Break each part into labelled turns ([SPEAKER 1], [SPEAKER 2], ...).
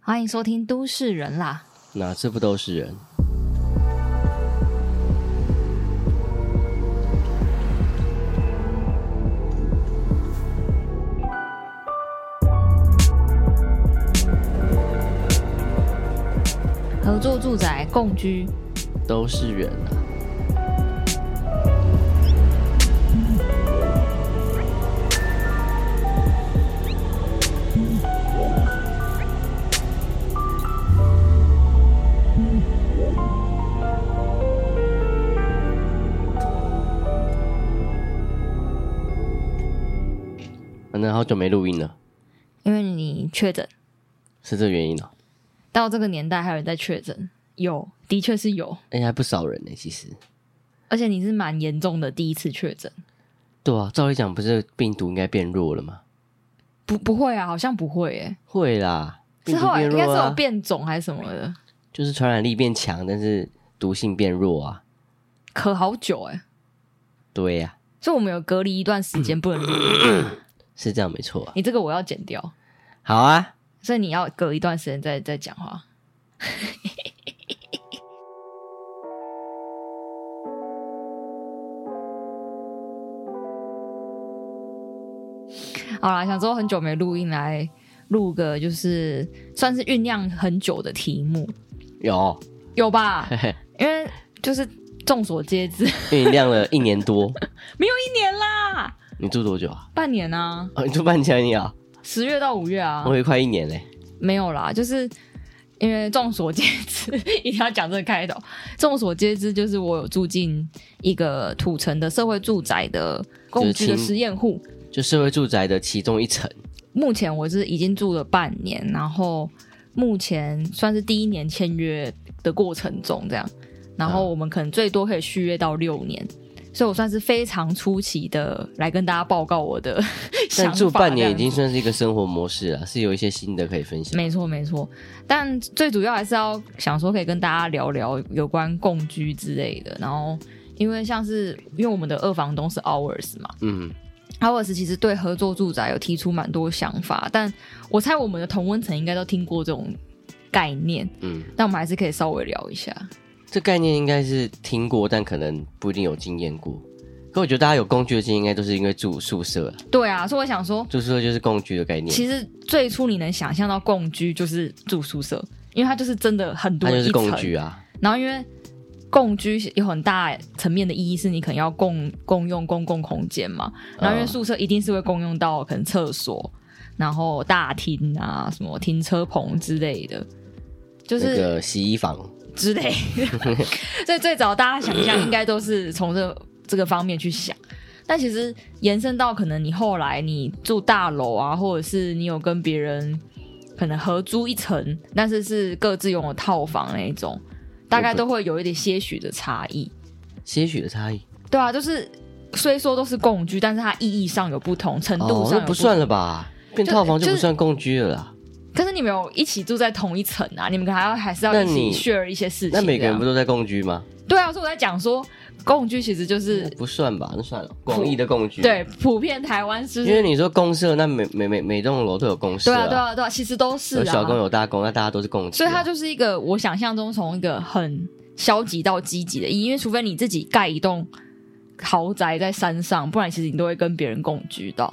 [SPEAKER 1] 欢迎收听《都市人》啦。
[SPEAKER 2] 哪次不都是人？
[SPEAKER 1] 合作住宅共居，
[SPEAKER 2] 都是人啊！反啊正好久没录音了，
[SPEAKER 1] 因为你确诊，
[SPEAKER 2] 是这原因哦。
[SPEAKER 1] 到这个年代还有人在确诊，有，的确是有，
[SPEAKER 2] 哎、还不少人呢、其实。
[SPEAKER 1] 而且你是蛮严重的第一次确诊，
[SPEAKER 2] 对啊，照理讲，不是病毒应该变弱了吗？
[SPEAKER 1] 不不会啊，好像不会诶、
[SPEAKER 2] 会啦，
[SPEAKER 1] 是
[SPEAKER 2] 病毒
[SPEAKER 1] 后来
[SPEAKER 2] 变
[SPEAKER 1] 应该是
[SPEAKER 2] 弱
[SPEAKER 1] 有
[SPEAKER 2] 啊，
[SPEAKER 1] 变种还是什么的，
[SPEAKER 2] 就是传染力变强，但是毒性变弱啊。
[SPEAKER 1] 咳好久诶、
[SPEAKER 2] 对啊呀、
[SPEAKER 1] 所以我们有隔离一段时间不能录，
[SPEAKER 2] 是这样没错、啊。
[SPEAKER 1] 你这个我要剪掉，
[SPEAKER 2] 好啊，
[SPEAKER 1] 所以你要隔一段时间再再讲话。 好啦，想说很久没录音，来录个就是算是酝酿很久的题目，
[SPEAKER 2] 有，
[SPEAKER 1] 有吧
[SPEAKER 2] 嘿？嘿，
[SPEAKER 1] 因为就是众所皆知，
[SPEAKER 2] 酝酿了一年多，
[SPEAKER 1] 没有一年啦，
[SPEAKER 2] 你住多久啊？
[SPEAKER 1] 半年啊，
[SPEAKER 2] 哦，你住半年而已啊？
[SPEAKER 1] 十月到五月啊
[SPEAKER 2] 我，以为快一年嘞、
[SPEAKER 1] 没有啦，就是因为众所皆知，一定要讲这个开头。众所皆知，就是我有住进一个土城的社会住宅的共居的
[SPEAKER 2] 就是亲
[SPEAKER 1] 实验户。
[SPEAKER 2] 就社会住宅的其中一层。
[SPEAKER 1] 目前我是已经住了半年，然后目前算是第一年签约的过程中这样，然后我们可能最多可以续约到六年。所以我算是非常出奇的来跟大家报告我的 想
[SPEAKER 2] 但
[SPEAKER 1] 法。
[SPEAKER 2] 住半年已
[SPEAKER 1] 这样
[SPEAKER 2] 经算是一个生活模式了，是有一些新的可以分享。
[SPEAKER 1] 没错，没错。但最主要还是要想说，可以跟大家聊聊有关共居之类的。然后，因为像是因为我们的二房东是 Hours 嘛
[SPEAKER 2] 嗯，
[SPEAKER 1] ，Hours 其实对合作住宅有提出蛮多想法，但我猜我们的同温层应该都听过这种概念，
[SPEAKER 2] 嗯，
[SPEAKER 1] 但我们还是可以稍微聊一下。
[SPEAKER 2] 这概念应该是听过，但可能不一定有经验过。可我觉得大家有共居的经验，应该都是因为住宿舍啦
[SPEAKER 1] 对啊，所以我想说，
[SPEAKER 2] 住宿舍就是共居的概念，
[SPEAKER 1] 其实最初你能想象到共居就是住宿舍，因为它就是真的很多
[SPEAKER 2] 它就
[SPEAKER 1] 一
[SPEAKER 2] 是共
[SPEAKER 1] 层。
[SPEAKER 2] 居啊。
[SPEAKER 1] 然后因为共居有很大层面的意义是你可能要共共用公共空间嘛，然后因为
[SPEAKER 2] 嗯
[SPEAKER 1] 宿舍一定是会共用到可能厕所，然后大厅啊什么停车棚之类的，就
[SPEAKER 2] 那
[SPEAKER 1] 是
[SPEAKER 2] 个洗衣房，
[SPEAKER 1] 之类 的。所以最早大家想象应该都是从这这个方面去想。但其实延伸到可能你后来你住大楼啊，或者是你有跟别人可能合租一层，但是是各自拥有套房那一种，大概都会有一点些许的差异。
[SPEAKER 2] 些许的差异。
[SPEAKER 1] 对啊，就是虽说都是共居，但是它意义上有不同，程度
[SPEAKER 2] 哦，
[SPEAKER 1] 上有
[SPEAKER 2] 那
[SPEAKER 1] 同
[SPEAKER 2] 不算了。吧？变套房就
[SPEAKER 1] 就
[SPEAKER 2] 不算共居了啦。
[SPEAKER 1] 可是你们有一起住在同一层啊，你们可能还要还是要
[SPEAKER 2] 那
[SPEAKER 1] 一起
[SPEAKER 2] 你
[SPEAKER 1] share 一些事情这
[SPEAKER 2] 那
[SPEAKER 1] 样。
[SPEAKER 2] 每个人不都在共居吗？
[SPEAKER 1] 对啊，所以我在讲说共居其实就是
[SPEAKER 2] 不算吧，那算了，广义的共居。，
[SPEAKER 1] 对，普遍台湾是不
[SPEAKER 2] 因为
[SPEAKER 1] 是？
[SPEAKER 2] 你说公社，那每每每每栋楼都有公社
[SPEAKER 1] 对啊，对，啊，对啊，其实都是
[SPEAKER 2] 有
[SPEAKER 1] 啊
[SPEAKER 2] 小，公有大公，那大家都是共居啊。
[SPEAKER 1] 所以它就是一个我想象中从一个很消极到积极的意义，因为除非你自己盖一栋豪宅在山上，不然其实你都会跟别人共居到。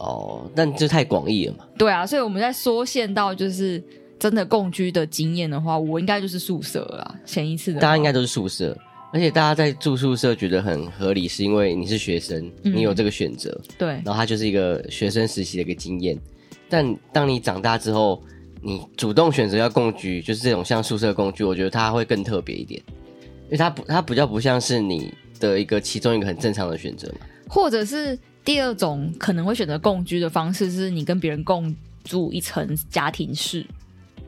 [SPEAKER 2] 哦，但这太广义了嘛。
[SPEAKER 1] 对啊，所以我们在缩限到就是真的共居的经验的话，我应该就是宿舍啦，前一次的
[SPEAKER 2] 大家应该都是宿舍，而且大家在住宿舍觉得很合理，是因为你是学生，
[SPEAKER 1] 嗯
[SPEAKER 2] 你有这个选择，
[SPEAKER 1] 对
[SPEAKER 2] 然后它就是一个学生实习的一个经验。但当你长大之后，你主动选择要共居，就是这种像宿舍共居，我觉得它会更特别一点，因为它不，它比较不像是你的一个其中一个很正常的选择嘛。
[SPEAKER 1] 或者是第二种可能会选择共居的方式，是你跟别人共住一层家庭室。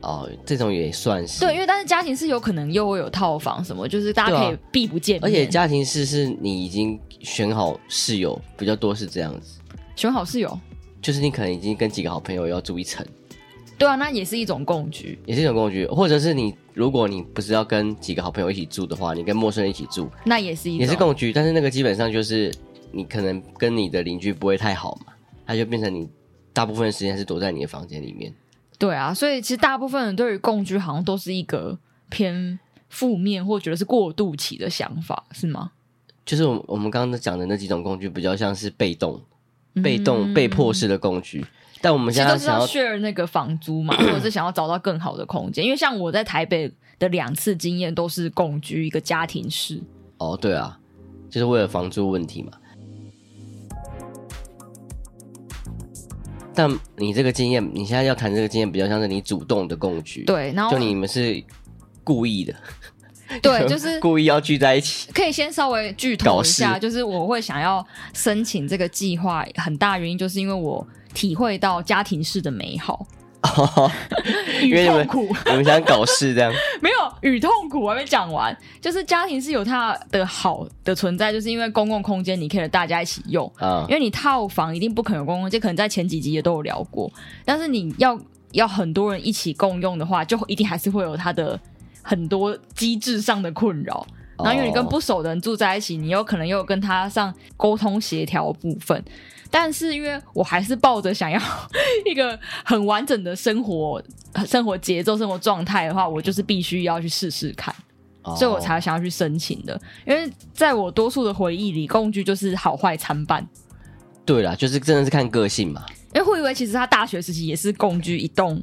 [SPEAKER 2] 哦，这种也算是
[SPEAKER 1] 对，因为但是家庭是有可能又会有套房什么，就是大家可
[SPEAKER 2] 对
[SPEAKER 1] 以
[SPEAKER 2] 啊
[SPEAKER 1] 避不见面，
[SPEAKER 2] 而且家庭式是你已经选好室友，比较多是这样子，
[SPEAKER 1] 选好室友，
[SPEAKER 2] 就是你可能已经跟几个好朋友要住一层，
[SPEAKER 1] 对啊，那也是一种共居，
[SPEAKER 2] 也是一种共居，或者是你如果你不是要跟几个好朋友一起住的话，你跟陌生人一起住
[SPEAKER 1] 那也是一种
[SPEAKER 2] 也是共居，但是那个基本上就是你可能跟你的邻居不会太好嘛，他就变成你大部分时间是躲在你的房间里面，
[SPEAKER 1] 对啊，所以其实大部分人对于共居好像都是一个偏负面或觉得是过渡期的想法，是吗？
[SPEAKER 2] 就是我们我们刚刚讲的那几种工具，比较像是被动、被动、被迫式的工具。但我们
[SPEAKER 1] 嗯其
[SPEAKER 2] 现
[SPEAKER 1] 实
[SPEAKER 2] 在
[SPEAKER 1] 都是
[SPEAKER 2] 想
[SPEAKER 1] 要
[SPEAKER 2] 要
[SPEAKER 1] share 那个房租嘛，或者是想要找到更好的空间。因为像我在台北的两次经验都是共居一个家庭式，
[SPEAKER 2] 哦，对啊，就是为了房租问题嘛。但你这个经验，你现在要谈这个经验，比较像是你主动的共居，，
[SPEAKER 1] 对，然后
[SPEAKER 2] 就你们是故意的，
[SPEAKER 1] 对就是
[SPEAKER 2] 故意要聚在一起。
[SPEAKER 1] 可以先稍微剧透
[SPEAKER 2] 搞
[SPEAKER 1] 一
[SPEAKER 2] 事
[SPEAKER 1] 下，就是我会想要申请这个计划，很大原因就是因为我体会到家庭式的美好
[SPEAKER 2] 因
[SPEAKER 1] 与
[SPEAKER 2] 为你
[SPEAKER 1] 痛
[SPEAKER 2] 们
[SPEAKER 1] 苦。
[SPEAKER 2] 你们想搞事这样，
[SPEAKER 1] 没有与痛苦，我还没讲完。就是家庭是有它的好的存在，就是因为公共空间你可以让大家一起用，
[SPEAKER 2] 啊、
[SPEAKER 1] 因为你套房一定不可能有公共空间，可能在前几集也都有聊过。但是你要要很多人一起共用的话，就一定还是会有它的很多机制上的困扰。
[SPEAKER 2] 哦
[SPEAKER 1] 然后因为你跟不熟的人住在一起，你有可能又有跟他上沟通协调的部分。但是因为我还是抱着想要一个很完整的生活、生活节奏、生活状态的话，我就是必须要去试试看，
[SPEAKER 2] 哦
[SPEAKER 1] 所以我才想要去申请的。因为在我多数的回忆里，共居就是好坏参半。
[SPEAKER 2] 对啦，就是真的是看个性嘛。
[SPEAKER 1] 因为惠威其实他大学时期也是共居一栋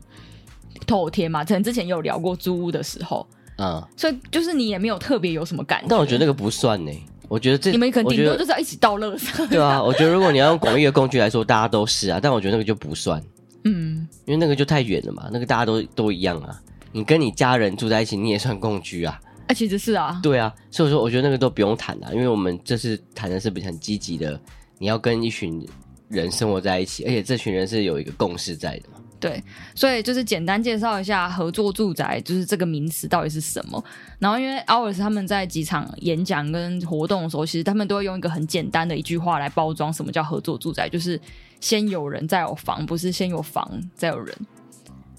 [SPEAKER 1] 透天嘛，可能之前也有聊过租屋的时候，
[SPEAKER 2] 嗯，
[SPEAKER 1] 所以就是你也没有特别有什么感觉。
[SPEAKER 2] 但我觉得那个不算呢、我觉得这
[SPEAKER 1] 你们可能
[SPEAKER 2] 我
[SPEAKER 1] 顶
[SPEAKER 2] 觉
[SPEAKER 1] 多
[SPEAKER 2] 得
[SPEAKER 1] 就是要一起倒垃圾。
[SPEAKER 2] 对啊，我觉得如果你要用广义的工具来说，大家都是啊，但我觉得那个就不算，
[SPEAKER 1] 嗯，
[SPEAKER 2] 因为那个就太远了嘛，那个大家都都一样啊。你跟你家人住在一起，你也算共居啊，
[SPEAKER 1] 啊、其实是啊，
[SPEAKER 2] 对啊，所以说我觉得那个都不用谈啊，因为我们这次谈的是比较很积极的，你要跟一群人生活在一起，而且这群人是有一个共识在的嘛。
[SPEAKER 1] 对，所以就是简单介绍一下合作住宅，就是这个名词到底是什么。然后因为 Hours 他们在几场演讲跟活动的时候，其实他们都会用一个很简单的一句话来包装什么叫合作住宅，就是先有人再有房，不是先有房再有人。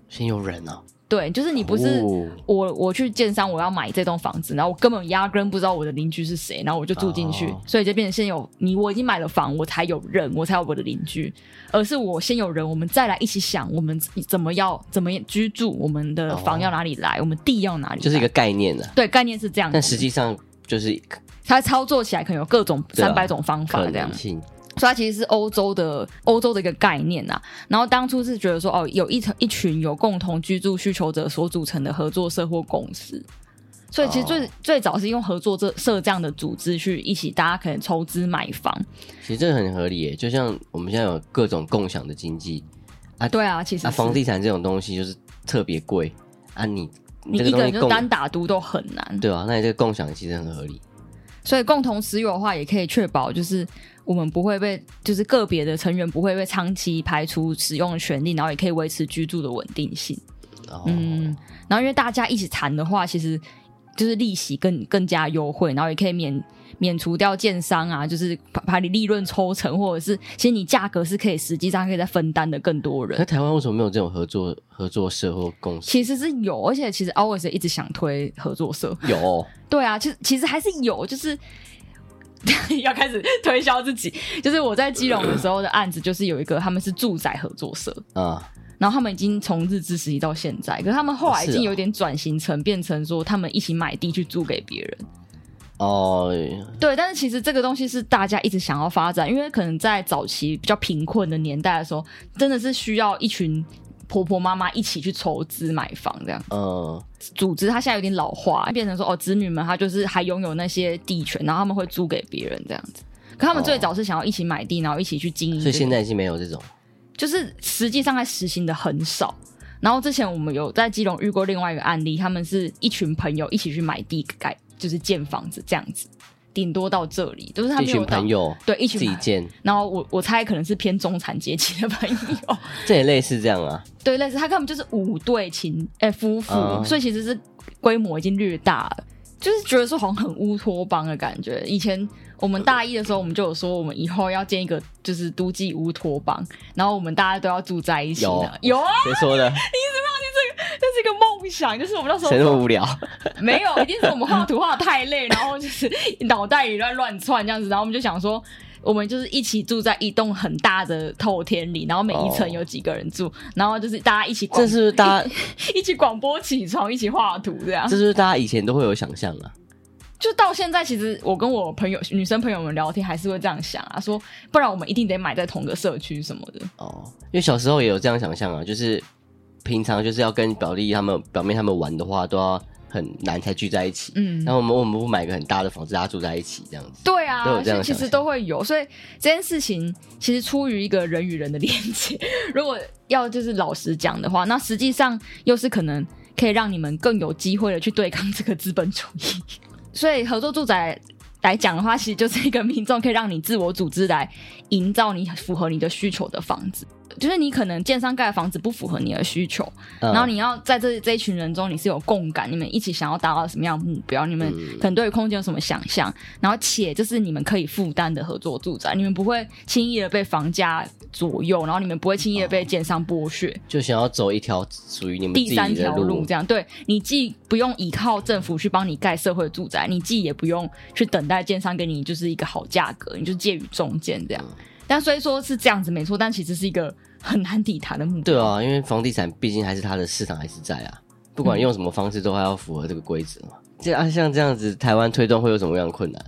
[SPEAKER 2] 先有人啊，
[SPEAKER 1] 对，就是你不是
[SPEAKER 2] 哦
[SPEAKER 1] 我我去建商，我要买这栋房子，然后我根本压根不知道我的邻居是谁，然后我就住进去，
[SPEAKER 2] 哦
[SPEAKER 1] 所以就变成先有你，我已经买了房，我才有人，我才有我的邻居，而是我先有人，我们再来一起想，我们怎么要怎么居住，我们的房要哪里来，我们地要哪里来，
[SPEAKER 2] 哦就是一个概念啊，
[SPEAKER 1] 对概念是这样子，
[SPEAKER 2] 但实际上就是
[SPEAKER 1] 它操作起来可能有各种
[SPEAKER 2] 对啊
[SPEAKER 1] 三百种方法
[SPEAKER 2] 可
[SPEAKER 1] 这样
[SPEAKER 2] 能。性。
[SPEAKER 1] 所以它其实是欧洲的欧洲的一个概念啊。然后当初是觉得说，哦，有一层一群有共同居住需求者所组成的合作社或公司。所以其实最、
[SPEAKER 2] 哦
[SPEAKER 1] 最早是用合作这社这样的组织去一起，大家可能筹资买房。
[SPEAKER 2] 其实这个很合理耶，就像我们现在有各种共享的经济
[SPEAKER 1] 对啊，其实是、
[SPEAKER 2] 啊，房地产这种东西就是特别贵啊你，
[SPEAKER 1] 你
[SPEAKER 2] 这
[SPEAKER 1] 一个
[SPEAKER 2] 个东
[SPEAKER 1] 人
[SPEAKER 2] 西
[SPEAKER 1] 就
[SPEAKER 2] 共
[SPEAKER 1] 单打独斗很难。
[SPEAKER 2] 对啊，那你这个共享其实很合理。
[SPEAKER 1] 所以共同持有的话，也可以确保就是我们不会被就是个别的成员不会被长期排除使用的权利，然后也可以维持居住的稳定性。
[SPEAKER 2] 哦，
[SPEAKER 1] 嗯，然后因为大家一起谈的话，其实就是利息更更加优惠，然后也可以免免除掉建商啊，就是把把你利润抽成，或者是其实你价格是可以实际上可以再分担的更多
[SPEAKER 2] 那
[SPEAKER 1] 人。
[SPEAKER 2] 台湾为什么没有这种合作合作社或公 司？
[SPEAKER 1] 其实是有，而且其实 always 一直想推合作社，
[SPEAKER 2] 有哦
[SPEAKER 1] 对啊，其实其实还是有，就是 要开始推销自己。就是我在基隆的时候的案子，就是有一个他们是住宅合作社，
[SPEAKER 2] 啊，
[SPEAKER 1] 然后他们已经从日治时期到现在，可是他们后来已
[SPEAKER 2] 是
[SPEAKER 1] 经
[SPEAKER 2] 哦
[SPEAKER 1] 有点转型成、变成说他们一起买地去租给别人。
[SPEAKER 2] 哦，
[SPEAKER 1] 对，但是其实这个东西是大家一直想要发展，因为可能在早期比较贫困的年代的时候，真的是需要一群。婆婆妈妈一起去筹资买房，这样
[SPEAKER 2] 嗯，
[SPEAKER 1] 组织它现在有点老化，变成说哦，子女们她就是还拥有那些地权，然后他们会租给别人这样子。可他们最早是想要一起买地，然后一起去经营这
[SPEAKER 2] 哦所
[SPEAKER 1] 个。
[SPEAKER 2] 以现在已经没有这种
[SPEAKER 1] 就是实际上在实行的很少。然后之前我们有在基隆遇过另外一个案例，他们是一群朋友一起去买地盖，就是建房子这样子，顶多到这里，就是他
[SPEAKER 2] 一
[SPEAKER 1] 们
[SPEAKER 2] 群朋。友
[SPEAKER 1] 对，一群
[SPEAKER 2] 自己
[SPEAKER 1] 朋友
[SPEAKER 2] 建，
[SPEAKER 1] 然后我我猜可能是偏中产阶级的朋 友，
[SPEAKER 2] 这也类似这样啊。
[SPEAKER 1] 对，类似他根本就是五对情哎、夫妇，
[SPEAKER 2] 嗯
[SPEAKER 1] 所以其实是规模已经略大了，就是觉得说好像很乌托邦的感觉。以前我们大一的时候，我们就有说我们以后要建一个就是都记乌托邦，然后我们大家都要住在一起的，有啊，
[SPEAKER 2] 谁说 的？
[SPEAKER 1] 这是一个梦想，就是我们那时
[SPEAKER 2] 谁那么
[SPEAKER 1] 候
[SPEAKER 2] 无聊？
[SPEAKER 1] 没有，一定是我们画图画得太累，然后就是脑袋里乱乱窜这样子，然后我们就想说。我们就是一起住在一栋很大的透天里，然后每一层有几个人住，然后就是大家一起广
[SPEAKER 2] 这是不是大 家，
[SPEAKER 1] 一起广播起床，一起画图这样
[SPEAKER 2] 这。是不是大家以前都会有想象啊？
[SPEAKER 1] 就到现在，其实我跟我朋友女生朋友们聊天，还是会这样想啊，说不然我们一定得买在同个社区什么的。
[SPEAKER 2] 哦，因为小时候也有这样想象啊，就是平常就是要跟表弟他们、表妹他们玩的话，都要很难才聚在一起。
[SPEAKER 1] 嗯
[SPEAKER 2] 然后我们我们不买个很大的房子，大家住在一起这样子。
[SPEAKER 1] 对
[SPEAKER 2] 都
[SPEAKER 1] 啊，
[SPEAKER 2] 有这样
[SPEAKER 1] 所以
[SPEAKER 2] 的
[SPEAKER 1] 其
[SPEAKER 2] 想
[SPEAKER 1] 实
[SPEAKER 2] 象
[SPEAKER 1] 都会有，所以这件事情其实出于一个人与人的连接。 如果要就是老实讲的话，那实际上又是可能可以让你们更有机会的去对抗这个资本主义。所以合作住宅来讲的话，其实就是一个民众可以让你自我组织来营造你符合你的需求的房子。就是你可能建商盖的房子不符合你的需求，
[SPEAKER 2] 嗯
[SPEAKER 1] 然后你要在这这一群人中，你是有共感，你们一起想要达到什么样的目标，你们
[SPEAKER 2] 嗯
[SPEAKER 1] 可能对于空间有什么想象，然后且这是你们可以负担的合作住宅，你们不会轻易的被房价左右，然后你们不会轻易的被建商剥削。
[SPEAKER 2] 就想要走一条属于你嗯们自
[SPEAKER 1] 第
[SPEAKER 2] 己
[SPEAKER 1] 三
[SPEAKER 2] 的
[SPEAKER 1] 条路，这样对你既不用依靠政府去帮你盖社会住宅，你既也不用去等待建商给你就是一个好价格，你就介于中间这样。
[SPEAKER 2] 嗯
[SPEAKER 1] 但虽说是这样子没错，但其实是一个很难抵达的目标。
[SPEAKER 2] 对啊，因为房地产毕竟还是它的市场还是在啊，不管用什么方式都还要符合这个规则嘛。这啊，像这样子，台湾推动会有什么样的困难？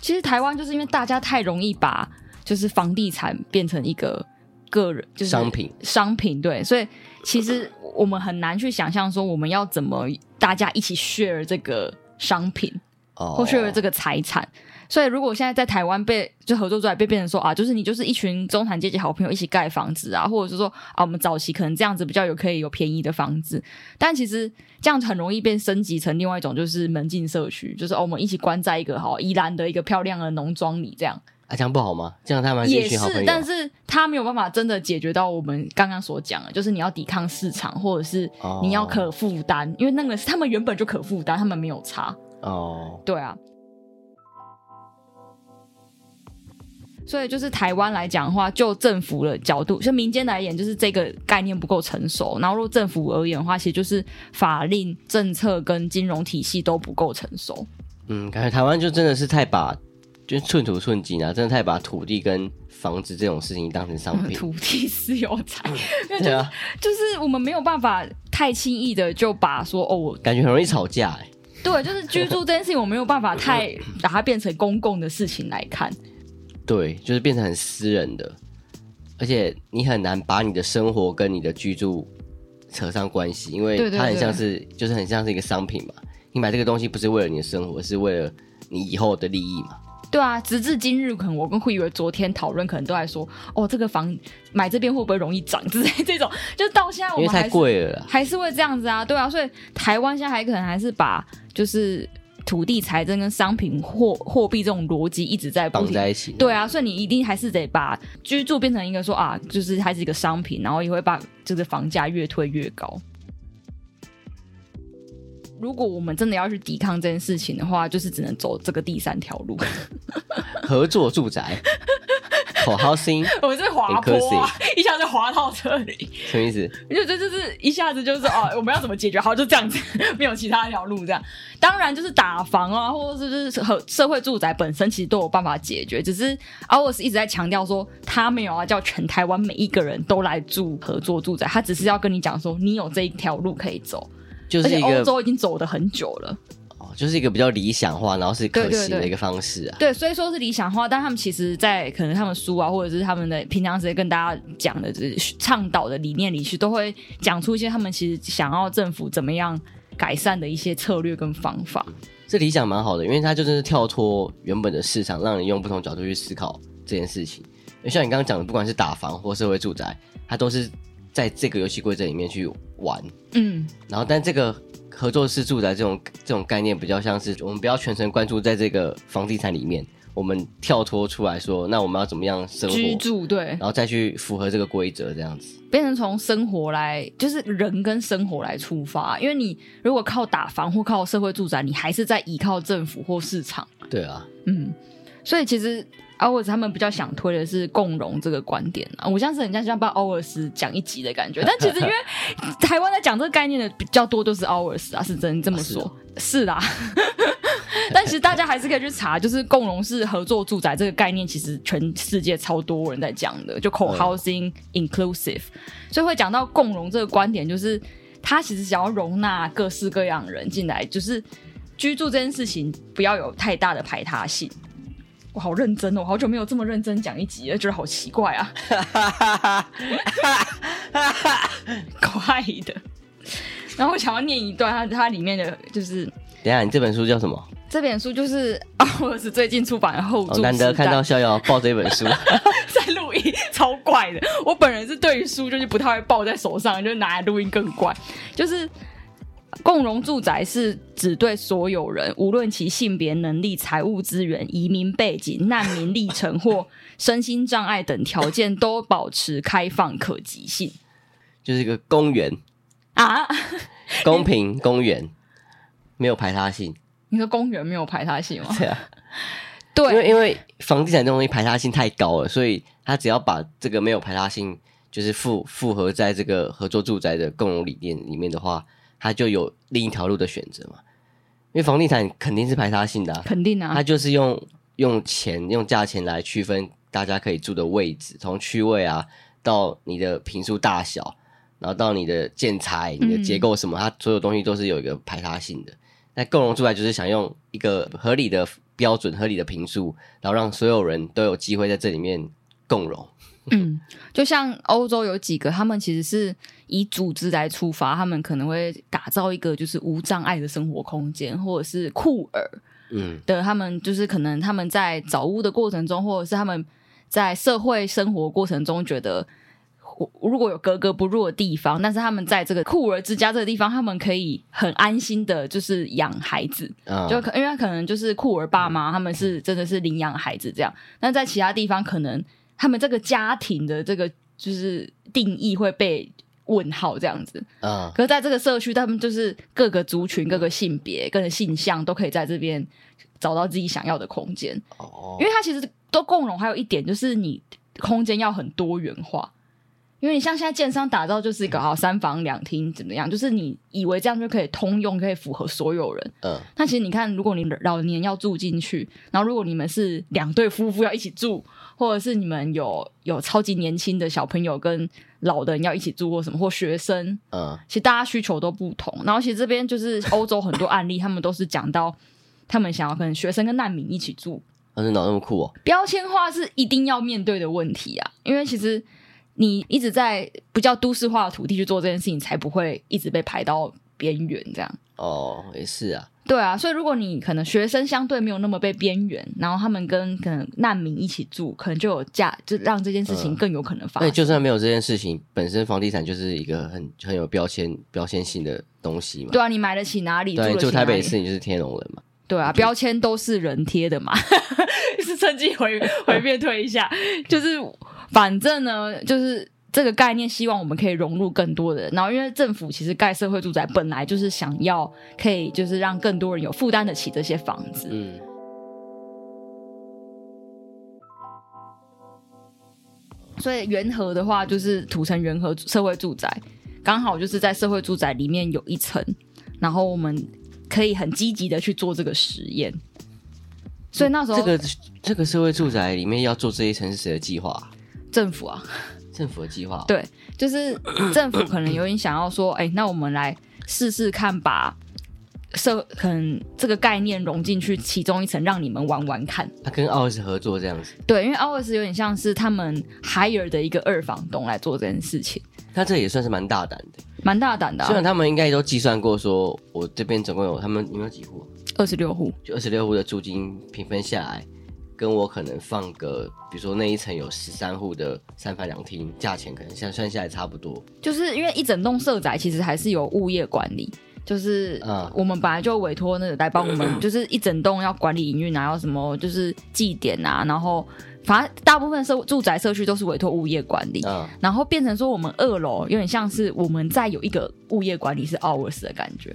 [SPEAKER 1] 其实台湾就是因为大家太容易把就是房地产变成一个个人就是
[SPEAKER 2] 商品
[SPEAKER 1] 商品对，所以其实我们很难去想象说我们要怎么大家一起 share 这个商品
[SPEAKER 2] 哦，
[SPEAKER 1] 或 share 这个财产。所以如果现在在台湾被就合作出来被变成说啊，就是你就是一群中产阶级好朋友一起盖房子啊，或者是说啊，我们早期可能这样子比较有可以有便宜的房子，但其实这样子很容易被升级成另外一种就是门禁社区，就是、哦、我们一起关在一个好宜兰的一个漂亮的农庄里这样。
[SPEAKER 2] 啊，这样不好吗？这样他们还是
[SPEAKER 1] 也
[SPEAKER 2] 一群好朋友
[SPEAKER 1] 是，
[SPEAKER 2] 啊。
[SPEAKER 1] 但是它没有办法真的解决到我们刚刚所讲的，就是你要抵抗市场，或者是
[SPEAKER 2] 哦
[SPEAKER 1] 你要可负担，因为那个是他们原本就可负担，他们没有差，
[SPEAKER 2] 哦，
[SPEAKER 1] 对啊。所以就是台湾来讲的话，就政府的角度，就民间来言，就是这个概念不够成熟。然后，如果政府而言的话，其实就是法令、政策跟金融体系都不够成熟。
[SPEAKER 2] 嗯，感觉台湾就真的是太把就是寸土寸金啊，真的太把土地跟房子这种事情当成商 品。
[SPEAKER 1] 土地私有财，因为就
[SPEAKER 2] 对啊，
[SPEAKER 1] 就是我们没有办法太轻易的就把说哦，我
[SPEAKER 2] 感觉很容易吵架、欸。
[SPEAKER 1] 对，就是居住这件事情，我没有办法太把它变成公共的事情来看。
[SPEAKER 2] 对，就是变成很私人的，而且你很难把你的生活跟你的居住扯上关系，因
[SPEAKER 1] 对
[SPEAKER 2] 为
[SPEAKER 1] 对
[SPEAKER 2] 它很像是就是很像是一个商品嘛。你买这个东西不是为了你的生活，是为了你以后的利益嘛？
[SPEAKER 1] 对啊，直至今日，可能我跟慧以为昨天讨论，可能都在说哦，这个房买这边会不会容易涨之类这种，就是到现在我
[SPEAKER 2] 因
[SPEAKER 1] 们
[SPEAKER 2] 为太
[SPEAKER 1] 还是
[SPEAKER 2] 贵了啦。
[SPEAKER 1] 还是会这样子啊，对啊，所以台湾现在还可能还是把就是土地财政跟商品货货币这种逻辑一直在不
[SPEAKER 2] 绑
[SPEAKER 1] 停
[SPEAKER 2] 在一起。
[SPEAKER 1] 对啊，所以你一定还是得把居住变成一个说啊，就是还是一个商品，然后也会把这个房价越推越高。如果我们真的要去抵抗这件事情的话，就是只能走这个第三条路。
[SPEAKER 2] 合作 住宅，口号 housing
[SPEAKER 1] 我们是滑坡、啊，一下就滑到这里，
[SPEAKER 2] 什么意思？
[SPEAKER 1] 就这就是一下子就是哦，我们要怎么解决？好，就这样子， 没有其他一条路这样。当然就是打房啊，或者是就是和社会住宅本身其实都有办法解决，只是 OURS 一直在强调说他没有要叫全台湾每一个人都来住合作住宅，他只是要跟你讲说你有这一条路可以走，
[SPEAKER 2] 就
[SPEAKER 1] 而
[SPEAKER 2] 是
[SPEAKER 1] 且
[SPEAKER 2] 一
[SPEAKER 1] 欧
[SPEAKER 2] 个
[SPEAKER 1] 洲已经走的很久了。
[SPEAKER 2] 哦，就是一个比较理想化，然后是可
[SPEAKER 1] 对对
[SPEAKER 2] 行的
[SPEAKER 1] 对
[SPEAKER 2] 一个方式啊。
[SPEAKER 1] 对，虽说是理想化，但他们其实在可能他们书啊，或者是他们的平常时间跟大家讲的，就是倡导的理念里去，都会讲出一些他们其实想要政府怎么样改善的一些策略跟方法。
[SPEAKER 2] 这理想蛮好的，因为它就真的是跳脱原本的市场，让你用不同角度去思考这件事情。像你刚刚讲的，不管是打房或社会住宅，它都是在这个游戏规则里面去玩。
[SPEAKER 1] 嗯，
[SPEAKER 2] 然后，但这个合作式住宅这种这种概念，比较像是我们不要全神贯注在这个房地产里面，我们跳脱出来说，那我们要怎么样生活，
[SPEAKER 1] 居住对
[SPEAKER 2] 然，后再去符合这个规则，这样子。
[SPEAKER 1] 变成从生活来，就是人跟生活来出发。因为你如果靠打房或靠社会住宅，你还是在依靠政府或市场。
[SPEAKER 2] 对啊，
[SPEAKER 1] 嗯，所以其实 OURS 他们比较想推的是共融这个观点啊。我像是很像像把 OURS 讲一集的感觉，但其实因为台湾在讲这个概念的比较多，都是 OURS 啊，是真这么
[SPEAKER 2] 啊是
[SPEAKER 1] 说，
[SPEAKER 2] 哦
[SPEAKER 1] 是啦。 但其实大家还是可以去查，就是共融式合作住宅这个概念，其实全世界超多人在讲的，就 co-housing inclusive，、所以会讲到共融这个观点，就是他其实想要容纳各式各样的人进来，就是居住这件事情不要有太大的排他性。我好认真哦，我好久没有这么认真讲一集了，觉得好奇怪啊。 快的。然后我想要念一段它它里面的就是
[SPEAKER 2] 一下，你这本书叫什么？
[SPEAKER 1] 这本书就是 啊，我是最近出版的后
[SPEAKER 2] 哦
[SPEAKER 1] 注、
[SPEAKER 2] 难得看到逍遥抱着一本书，
[SPEAKER 1] 在录音，超怪的。我本人是对于书就是不太会抱在手上，就拿来录音更怪。就是共融住宅是指对所有人，无论其性别、能力、财务资源、移民背景、难民历程或身心障碍等条件，都保持开放可及性
[SPEAKER 2] 就是一个公园，
[SPEAKER 1] 啊。
[SPEAKER 2] 公平公园，没有排他性。
[SPEAKER 1] 你说公园没有排他性吗？
[SPEAKER 2] 对啊，因
[SPEAKER 1] 哦对
[SPEAKER 2] 为因为房地产这种东西排他性太高了，所以他只要把这个没有排他性，就是复复合在这个合作住宅的共融理念里面的话，他就有另一条路的选择嘛。因为房地产肯定是排他性的、啊，
[SPEAKER 1] 肯定啊，
[SPEAKER 2] 它就是用用钱用价钱来区分大家可以住的位置，从区位啊到你的平数大小，然后到你的建材、你的结构什么，它所有东西都是有一个排他性的。那共融出来就是想用一个合理的标准、合理的平数，然后让所有人都有机会在这里面共融。
[SPEAKER 1] 嗯，就像欧洲有几个，他们其实是以组织来出发，他们可能会打造一个就是无障碍的生活空间，或者是酷儿
[SPEAKER 2] 嗯，
[SPEAKER 1] 的，他们就是可能他们在找屋的过程中，或者是他们在社会生活过程中觉得。如果有格格不入的地方，但是他们在这个酷儿之家这个地方，他们可以很安心的，就是养孩子，
[SPEAKER 2] 啊、嗯
[SPEAKER 1] 就可因为可能就是酷儿爸妈他们是真的是领养孩子这样，那在其他地方可能他们这个家庭的这个就是定义会被问号这样子，
[SPEAKER 2] 啊、
[SPEAKER 1] 可是在这个社区，他们就是各个族群、各个性别、各个性向都可以在这边找到自己想要的空间，
[SPEAKER 2] 哦
[SPEAKER 1] 因，为它其实都共融，还有一点就是你空间要很多元化。因为你像现在建商打造就是一个好三房两厅怎么样，就是你以为这样就可以通用，可以符合所有人，
[SPEAKER 2] 嗯，
[SPEAKER 1] 那其实你看，如果你老年要住进去，然后如果你们是两对夫妇要一起住，或者是你们有有超级年轻的小朋友跟老的人要一起住，或什么或学生，
[SPEAKER 2] 嗯，
[SPEAKER 1] 其实大家需求都不同。然后其实这边就是欧洲很多案例，他们都是讲到他们想要跟学生跟难民一起住，
[SPEAKER 2] 但是脑那么酷哦，
[SPEAKER 1] 标签化是一定要面对的问题啊，因为其实你一直在比较都市化的土地去做这件事情，才不会一直被排到边缘这样。
[SPEAKER 2] 哦，也是啊，
[SPEAKER 1] 对啊，所以如果你可能学生相对没有那么被边缘，然后他们跟可能难民一起住，可能就有价，就让这件事情更有可能发
[SPEAKER 2] 那
[SPEAKER 1] 生。
[SPEAKER 2] 嗯就算没有这件事情，本身房地产就是一个很很有标签标签性的东西嘛。
[SPEAKER 1] 对啊，你买得起哪里，
[SPEAKER 2] 对，
[SPEAKER 1] 住
[SPEAKER 2] 你
[SPEAKER 1] 得起
[SPEAKER 2] 住台
[SPEAKER 1] 哪
[SPEAKER 2] 北
[SPEAKER 1] 里。
[SPEAKER 2] 市，你就是天龙人嘛。
[SPEAKER 1] 对啊，标签都是人贴的嘛， 是趁机回回面推一下，就是反正呢，就是这个概念，希望我们可以融入更多的人。然后，因为政府其实盖社会住宅本来就是想要可以就是让更多人有负担得起这些房子，
[SPEAKER 2] 嗯，
[SPEAKER 1] 所以元和的话就是土城元和社会住宅，刚好就是在社会住宅里面有一层，然后我们可以很积极的去做这个实验。所以那时候
[SPEAKER 2] 这个这个社会住宅里面要做这一层是谁的计划啊？
[SPEAKER 1] 政府啊，
[SPEAKER 2] 政府的计划哦。
[SPEAKER 1] 对，就是政府可能有点想要说，哎、那我们来试试看，把社可能这个概念融进去其中一层，让你们玩玩看。
[SPEAKER 2] 他跟奥斯合作这样子，
[SPEAKER 1] 对，因为 OS 有点像是他们 hire 的一个二房东来做这件事情，
[SPEAKER 2] 他这也算是蛮大胆的。
[SPEAKER 1] 蛮大胆的、
[SPEAKER 2] 虽然
[SPEAKER 1] 啊，
[SPEAKER 2] 他们应该都计算过说，我这边总共有他们有没有几户啊？
[SPEAKER 1] 二十六户。
[SPEAKER 2] 就二十六户的租金平分下来，跟我可能放个，比如说那一层有十三户的三房两厅，价钱可能像算下来差不多。
[SPEAKER 1] 就是因为一整栋社宅其实还是有物业管理，就是
[SPEAKER 2] 嗯
[SPEAKER 1] 我们本来就委托那个来帮我们，啊 就是一整栋要管理营运啊，要什么就是祭典啊，然后反正大部分社住宅社区都是委托物业管理，啊
[SPEAKER 2] 嗯，
[SPEAKER 1] 然后变成说我们二楼有点像是我们在有一个物业管理是 ours 的感觉，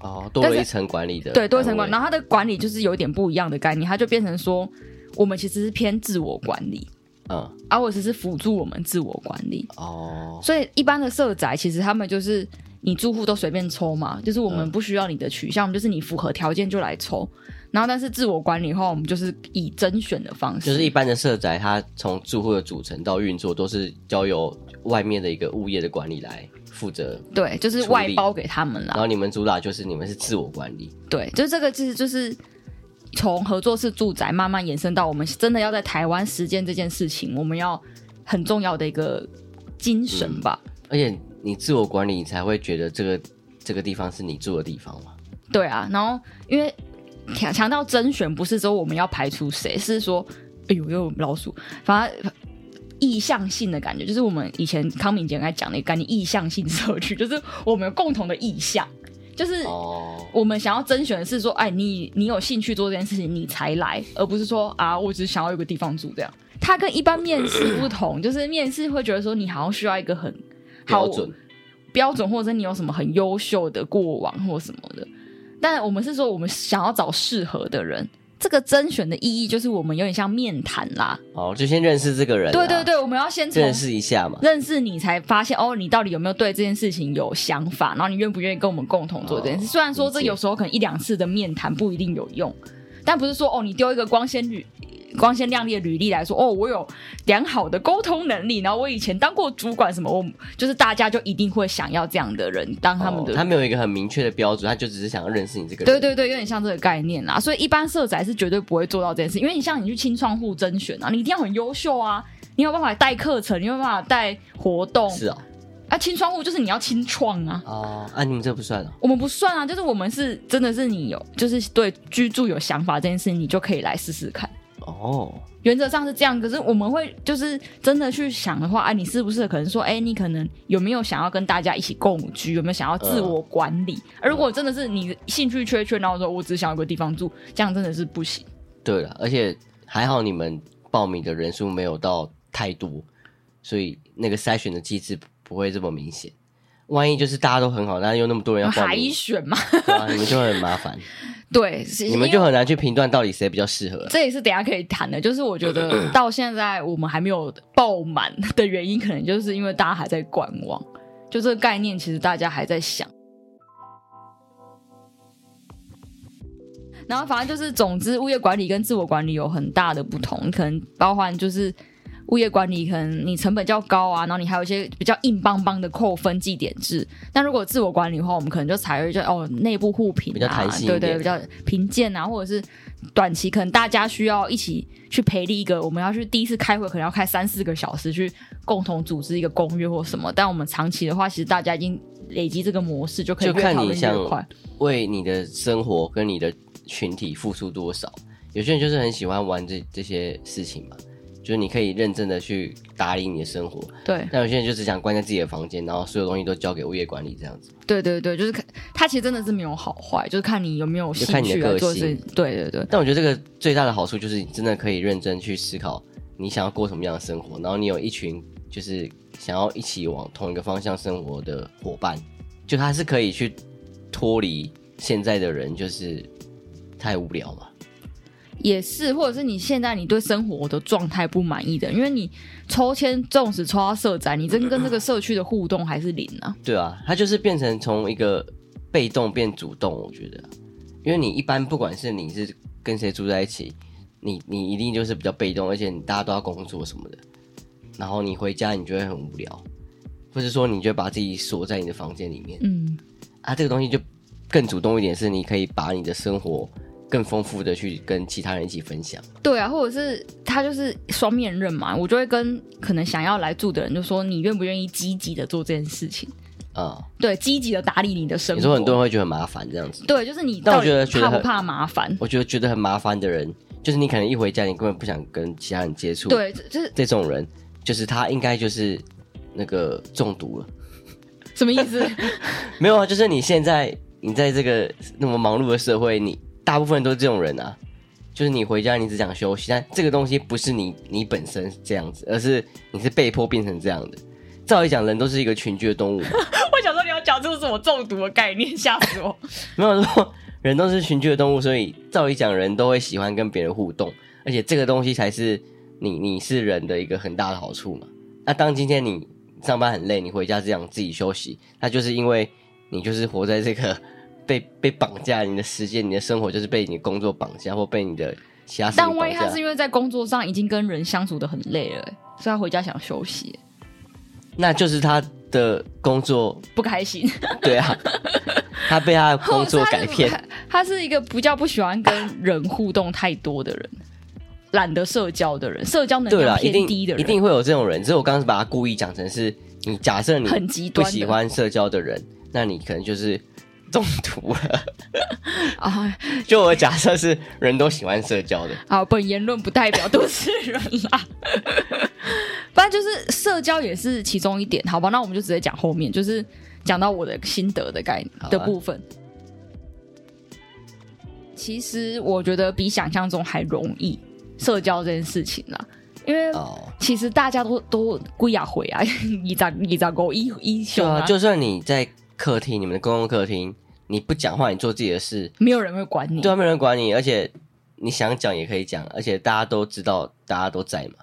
[SPEAKER 2] 哦，多
[SPEAKER 1] 但
[SPEAKER 2] 了
[SPEAKER 1] 是
[SPEAKER 2] 一层管理的，
[SPEAKER 1] 对，多层管，然后它的管理就是有点不一样的概念，它就变成说我们其实是偏自我管理
[SPEAKER 2] 嗯，
[SPEAKER 1] ，ours 是辅助我们自我管理，
[SPEAKER 2] 哦，
[SPEAKER 1] 所以一般的社宅其实他们就是你住户都随便抽嘛，就是我
[SPEAKER 2] 嗯
[SPEAKER 1] 们不需要你的取向，我们就是你符合条件就来抽。然后，但是自我管理的话，我们就是以甄选的方式，
[SPEAKER 2] 就是一般的社宅，它从住户的组成到运作，都是交由外面的一个物业的管理来负责。
[SPEAKER 1] 对，就是
[SPEAKER 2] 处
[SPEAKER 1] 外
[SPEAKER 2] 理嗯
[SPEAKER 1] 包给他们啦
[SPEAKER 2] 然。后你们主打就是你们是自我管理，
[SPEAKER 1] 对，就这个其实就是从合作式住宅慢慢延伸到我们真的要在台湾实践这件事情，我们要很重要的一个精神吧。
[SPEAKER 2] 而且你自我管理，你才会觉得这个这个地方是你住的地方嘛。
[SPEAKER 1] 对啊，然后因为强强调甄选不是说我们要排除谁，是说哎呦又有老鼠，反正。意向性的感觉，就是我们以前康敏姐刚才讲的一个概念，意向性社区，就是我们有共同的意向，就是
[SPEAKER 2] 哦，
[SPEAKER 1] 我们想要甄选的是说，哎，你你有兴趣做这件事情，你才来，而不是说啊，我只是想要有个地方住这样。它跟一般面试不同，就是面试会觉得说你好像需要一个很好
[SPEAKER 2] 标准
[SPEAKER 1] 标准，或者是你有什么很优秀的过往或什么的。但我们是说，我们想要找适合的人。这个甄选的意义就是我们有点像面谈啦，
[SPEAKER 2] 哦，就先认识这个人、
[SPEAKER 1] 对对，对，我们要先从
[SPEAKER 2] 认识一下嘛。
[SPEAKER 1] 认识你才发现哦，你到底有没有对这件事情有想法，然后你愿不愿意跟我们共同做这件事？
[SPEAKER 2] 哦
[SPEAKER 1] 虽然说这
[SPEAKER 2] 理解
[SPEAKER 1] 有时候可能一两次的面谈不一定有用，但不是说哦，你丢一个光鲜履。光鲜亮丽的履历来说，哦，我有良好的沟通能力，然后我以前当过主管什么，我就是大家就一定会想要这样的人当他们的
[SPEAKER 2] 哦他没有一个很明确的标准，他就只是想要认识你这个人。
[SPEAKER 1] 对对对，有点像这个概念啦。所以一般社宅是绝对不会做到这件事，因为你像你去青创户甄选啊，你一定要很优秀啊，你有办法带课程，你有办法带活动，
[SPEAKER 2] 是哦，
[SPEAKER 1] 啊，清窗户就是你要清创啊，
[SPEAKER 2] 哦，啊，你们这不算哦。
[SPEAKER 1] 我们不算啊，就是我们是真的是你有，就是对居住有想法这件事，你就可以来试试看。
[SPEAKER 2] 哦，
[SPEAKER 1] 原则上是这样，可是我们会就是真的去想的话，哎、你是不是可能说，哎、你可能有没有想要跟大家一起共居，有没有想要自我管
[SPEAKER 2] 嗯
[SPEAKER 1] 理？而如果真的是你兴趣缺缺，然后说我只想有个地方住，这样真的是不行。
[SPEAKER 2] 对了，而且还好你们报名的人数没有到太多，所以那个筛选的机制不不会这么明显。万一就是大家都很好，但又那么多人要报
[SPEAKER 1] 海
[SPEAKER 2] 名，
[SPEAKER 1] 选嘛，
[SPEAKER 2] 对啊，你们就会很 麻烦，
[SPEAKER 1] 对，是
[SPEAKER 2] 你们
[SPEAKER 1] 因为
[SPEAKER 2] 就很难去评断到底谁比较适合。
[SPEAKER 1] 这也是等一下可以谈的，就是我觉得到现在我们还没有爆满的原因，可能就是因为大家还在观望，就这个概念，其实大家还在想。然后反正就是，总之，物业管理跟自我管理有很大的不同，可能包含就是物业管理，可能你成本较高啊，然后你还有一些比较硬邦邦的扣分计点制。但如果自我管理的话，我们可能就采用就哦内部互评、啊，
[SPEAKER 2] 比较弹性一
[SPEAKER 1] 对
[SPEAKER 2] 点
[SPEAKER 1] 对，比较评鉴啊，或者是短期可能大家需要一起去培力一个，我们要去第一次开会，可能要开三四个小时去共同组织一个公约或什么。但我们长期的话，其实大家已经累积这个模式，就可以
[SPEAKER 2] 就
[SPEAKER 1] 越
[SPEAKER 2] 看
[SPEAKER 1] 讨
[SPEAKER 2] 你
[SPEAKER 1] 论
[SPEAKER 2] 想
[SPEAKER 1] 越快。
[SPEAKER 2] 为你的生活跟你的群体付出多少。有些人就是很喜欢玩这这些事情嘛，就是你可以认真的去打理你的生活，
[SPEAKER 1] 对
[SPEAKER 2] 但有些人就只想关在自己的房间，然后所有东西都交给物业管理这样子。
[SPEAKER 1] 对对对，就是看它其实真的是没有好坏，就是看你有没有兴
[SPEAKER 2] 就看你
[SPEAKER 1] 趣
[SPEAKER 2] 的
[SPEAKER 1] 来
[SPEAKER 2] 个
[SPEAKER 1] 做这
[SPEAKER 2] 性。
[SPEAKER 1] 对对对，
[SPEAKER 2] 但我觉得这个最大的好处就是，你真的可以认真去思考你想要过什么样的生活，然后你有一群就是想要一起往同一个方向生活的伙伴，就他是可以去脱离现在的人，就是太无聊嘛。
[SPEAKER 1] 也是，或者是你现在你对生活的状态不满意的，因为你抽签纵使抽到社宅，你真跟这个社区的互动还是零啊。
[SPEAKER 2] 对啊，他就是变成从一个被动变主动，我觉得，因为你一般不管是你是跟谁住在一起，你你一定就是比较被动，而且你大家都要工作什么的，然后你回家你就会很无聊，或者说你就把自己锁在你的房间里面
[SPEAKER 1] 嗯，
[SPEAKER 2] 啊，这个东西就更主动一点，是你可以把你的生活更丰富的去跟其他人一起分享。
[SPEAKER 1] 对啊，或者是他就是双面刃嘛，我就会跟可能想要来住的人就说，你愿不愿意积极的做这件事情？
[SPEAKER 2] 啊、
[SPEAKER 1] 对，积极的打理你的生活。
[SPEAKER 2] 你说很多人会觉得很麻烦这样子，
[SPEAKER 1] 对，就是你
[SPEAKER 2] 但
[SPEAKER 1] 到
[SPEAKER 2] 我觉得
[SPEAKER 1] 底
[SPEAKER 2] 觉得
[SPEAKER 1] 怕不
[SPEAKER 2] 很
[SPEAKER 1] 怕麻 烦？
[SPEAKER 2] 我觉得觉得很麻烦的人，就是你可能一回家你根本不想跟其他人接触，
[SPEAKER 1] 对，就是
[SPEAKER 2] 这种人，就是他应该就是那个中毒了。
[SPEAKER 1] 什么意思？
[SPEAKER 2] 没有啊，就是你现在你在这个那么忙碌的社会，你大部分人都是这种人啊。就是你回家你只想休息，但这个东西不是你你本身这样子，而是你是被迫变成这样的。照理讲，人都是一个群居的动物嘛，
[SPEAKER 1] 我想说你要讲出什么中毒的概念，吓死 我！
[SPEAKER 2] 没有说人都是群居的动物，所以照理讲，人都会喜欢跟别人互动，而且这个东西才是你你是人的一个很大的好处嘛。那当今天你上班很累，你回家只想自己休息，那就是因为你就是活在这个被 被绑架，你的时间、你的生活就是被你的工作绑架，或被你的其他事情
[SPEAKER 1] 但
[SPEAKER 2] 绑
[SPEAKER 1] 万一他
[SPEAKER 2] 架
[SPEAKER 1] 是。因为在工作上已经跟人相处的很累了、所以他回家想休息，
[SPEAKER 2] 那就是他的工作，
[SPEAKER 1] 不开心。
[SPEAKER 2] 对啊，他被他的 工作改变
[SPEAKER 1] 哦。所以他是他是一个比较不喜欢跟人互动太多的人，懒得社交的人，社交能
[SPEAKER 2] 对
[SPEAKER 1] 量
[SPEAKER 2] 啦，一定
[SPEAKER 1] 偏低的人，
[SPEAKER 2] 一定会有这种人。只是我刚刚是把他故意讲成是，你假设你
[SPEAKER 1] 很极
[SPEAKER 2] 不
[SPEAKER 1] 端的
[SPEAKER 2] 喜欢社交的人，那你可能就是中毒了。
[SPEAKER 1] 啊
[SPEAKER 2] 就我假设是人都喜欢社 交的，
[SPEAKER 1] 好，本言论不代表都市人啦。 反正就是社交也是其中一点，好吧？那我们就直接讲后面，就是讲到我的心得的概
[SPEAKER 2] 好啊
[SPEAKER 1] 的部分。其实我觉得比想象中还容易社交这件事情啦，因为
[SPEAKER 2] 哦，
[SPEAKER 1] 其实大家都都归啊回啊， 一咋一咋狗一一
[SPEAKER 2] 对
[SPEAKER 1] 熊
[SPEAKER 2] 啊，
[SPEAKER 1] 啊，
[SPEAKER 2] 就算你在客厅，你们的公共客厅，你不讲话，你做自己的事，
[SPEAKER 1] 没有人会管你。
[SPEAKER 2] 对啊，没人管你，而且你想讲也可以讲，而且大家都知道，大家都在嘛。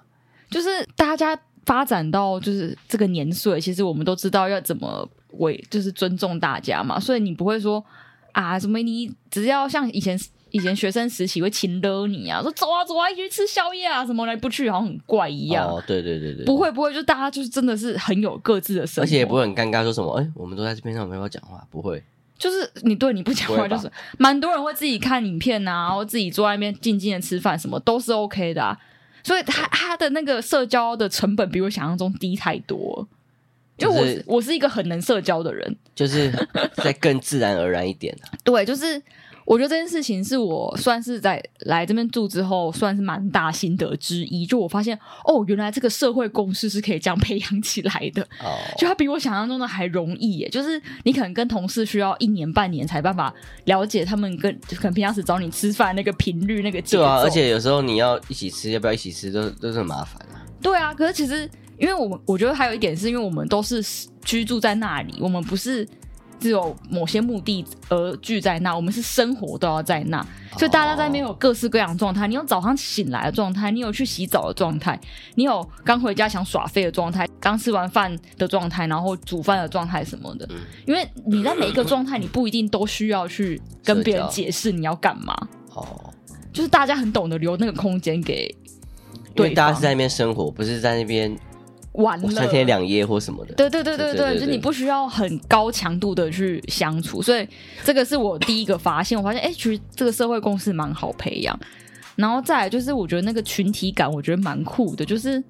[SPEAKER 1] 就是大家发展到就是这个年岁，其实我们都知道要怎么为，就是尊重大家嘛。所以你不会说啊，什么你只要像以前以前学生时期会亲勒你啊，说走啊走啊，一起去吃宵夜啊什么的，不去好像很怪一样。
[SPEAKER 2] 哦，对对对对，
[SPEAKER 1] 不。会不会，就大家就是真的是很有各自的生活，
[SPEAKER 2] 而且也不会很尴尬，说什么哎、我们都在这边，那我们要不要讲话？不会，
[SPEAKER 1] 就是你对你不讲
[SPEAKER 2] 不
[SPEAKER 1] 话，
[SPEAKER 2] 会吧
[SPEAKER 1] 就是蛮多人会自己看影片啊，然后自己坐在那边静静的吃饭，什么都是 OK 的、啊。所以他他的那个社交的成本比我想象中低太多了。就我
[SPEAKER 2] 就是
[SPEAKER 1] 是我是一个很能社交的人，
[SPEAKER 2] 就是再更自然而然一点、啊、
[SPEAKER 1] 对，就是我觉得这件事情是我算是在来这边住之后，算是蛮大心得之一。就我发现哦，原来这个社会共识是可以这样培养起来的。
[SPEAKER 2] 哦。
[SPEAKER 1] 就它比我想象中的还容易耶，就是你可能跟同事需要一年半年才办法了解他们跟就可能平常时找你吃饭那个频率那个节奏，
[SPEAKER 2] 对啊，而且有时候你要一起吃，要不要一起吃，都都是很麻烦啊。
[SPEAKER 1] 对啊，可是其实因为我们我觉得还有一点是因为我们都是居住在那里，我们不是只有某些目的而聚在那，我们是生活都要在那，
[SPEAKER 2] 哦
[SPEAKER 1] 所以大家在那边有各式各样的状态，你有早上醒来的状态，你有去洗澡的状态，你有刚回家想耍废的状态，刚吃完饭的状态，然后煮饭的状态什么的。
[SPEAKER 2] 嗯
[SPEAKER 1] 因为你在每一个状态，你不一定都需要去跟别人解释你要干嘛，
[SPEAKER 2] 哦，
[SPEAKER 1] 就是大家很懂得留那个空间给
[SPEAKER 2] 因
[SPEAKER 1] 对
[SPEAKER 2] 为
[SPEAKER 1] 方
[SPEAKER 2] 大家是在那边生活，不是在那边
[SPEAKER 1] 玩
[SPEAKER 2] 我
[SPEAKER 1] 乐。
[SPEAKER 2] 三天两夜或什么的。
[SPEAKER 1] 对对对
[SPEAKER 2] 对
[SPEAKER 1] 对
[SPEAKER 2] 对
[SPEAKER 1] 对，
[SPEAKER 2] 对
[SPEAKER 1] 就你不需要很高强度的去相处，所以这个是我第一个发现。我发现，哎，其实这个社会共识蛮好培养。然后再来就是，我觉得那个群体感，我觉得蛮酷的，就是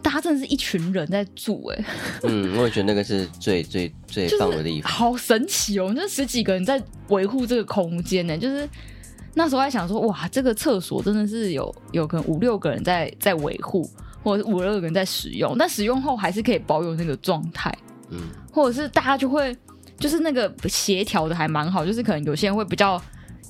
[SPEAKER 1] 大家真的是一群人在住、诶哎，
[SPEAKER 2] 嗯，我也觉得那个是最最最
[SPEAKER 1] 就
[SPEAKER 2] 棒的
[SPEAKER 1] 是
[SPEAKER 2] 地方。
[SPEAKER 1] 好神奇哦！那十几个人在维护这个空间呢、就是那时候还想说，哇，这个厕所真的是有有可能五六个人在在维护，或者是五六个人在使用，但使用后还是可以保有那个状态。
[SPEAKER 2] 嗯，
[SPEAKER 1] 或者是大家就会就是那个协调的还蛮好，就是可能有些人会比较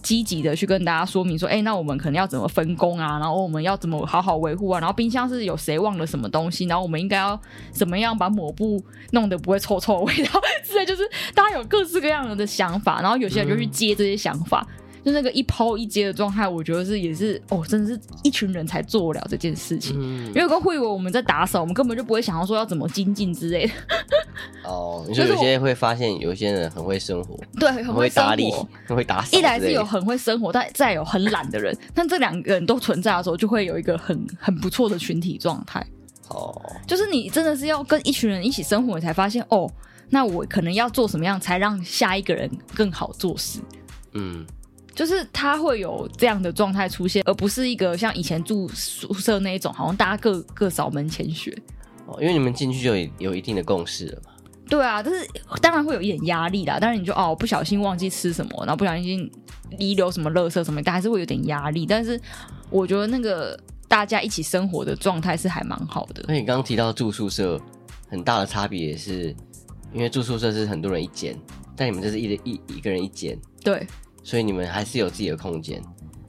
[SPEAKER 1] 积极的去跟大家说明说，哎、那我们可能要怎么分工啊，然后我们要怎么好好维护啊，然后冰箱是有谁忘了什么东西，然后我们应该要怎么样把抹布弄得不会臭臭的味道 之类，就是大家有各式各样的想法，然后有些人就去接这些想法。就那个一抛一接的状态，我觉得是也是哦，真的是一群人才做得了这件事情。
[SPEAKER 2] 嗯
[SPEAKER 1] 因为跟慧文我们在打扫，我们根本就不会想要说要怎么精进之类的。
[SPEAKER 2] 哦，你说有些会发现，有些人很会生活，
[SPEAKER 1] 对，很
[SPEAKER 2] 很
[SPEAKER 1] 会
[SPEAKER 2] 会
[SPEAKER 1] 生
[SPEAKER 2] 打理
[SPEAKER 1] 活。，
[SPEAKER 2] 很会打扫之
[SPEAKER 1] 一
[SPEAKER 2] 类的。
[SPEAKER 1] 来是有很会生活，但再有很懒的人， 但这两个人都存在的时候，就会有一个很很不错的群体状态。
[SPEAKER 2] 哦，
[SPEAKER 1] 就是你真的是要跟一群人一起生活，你才发现哦，那我可能要做什么样才让下一个人更好做事。
[SPEAKER 2] 嗯，
[SPEAKER 1] 就是他会有这样的状态出现，而不是一个像以前住宿舍那一种，好像大家各各扫门前雪。
[SPEAKER 2] 哦，因为你们进去就有有一定的共识了嘛。
[SPEAKER 1] 对啊，就是当然会有一点压力啦。当然你就哦不小心忘记吃什么，然后不小心遗留什么垃圾什么，但还是会有点压力。但是我觉得那个大家一起生活的状态是还蛮好的。
[SPEAKER 2] 那你刚刚提到住宿舍很大的差别也是，因为住宿舍是很多人一间，但你们这是一人一一个人一间，
[SPEAKER 1] 对
[SPEAKER 2] 所以你们还是有自己的空间。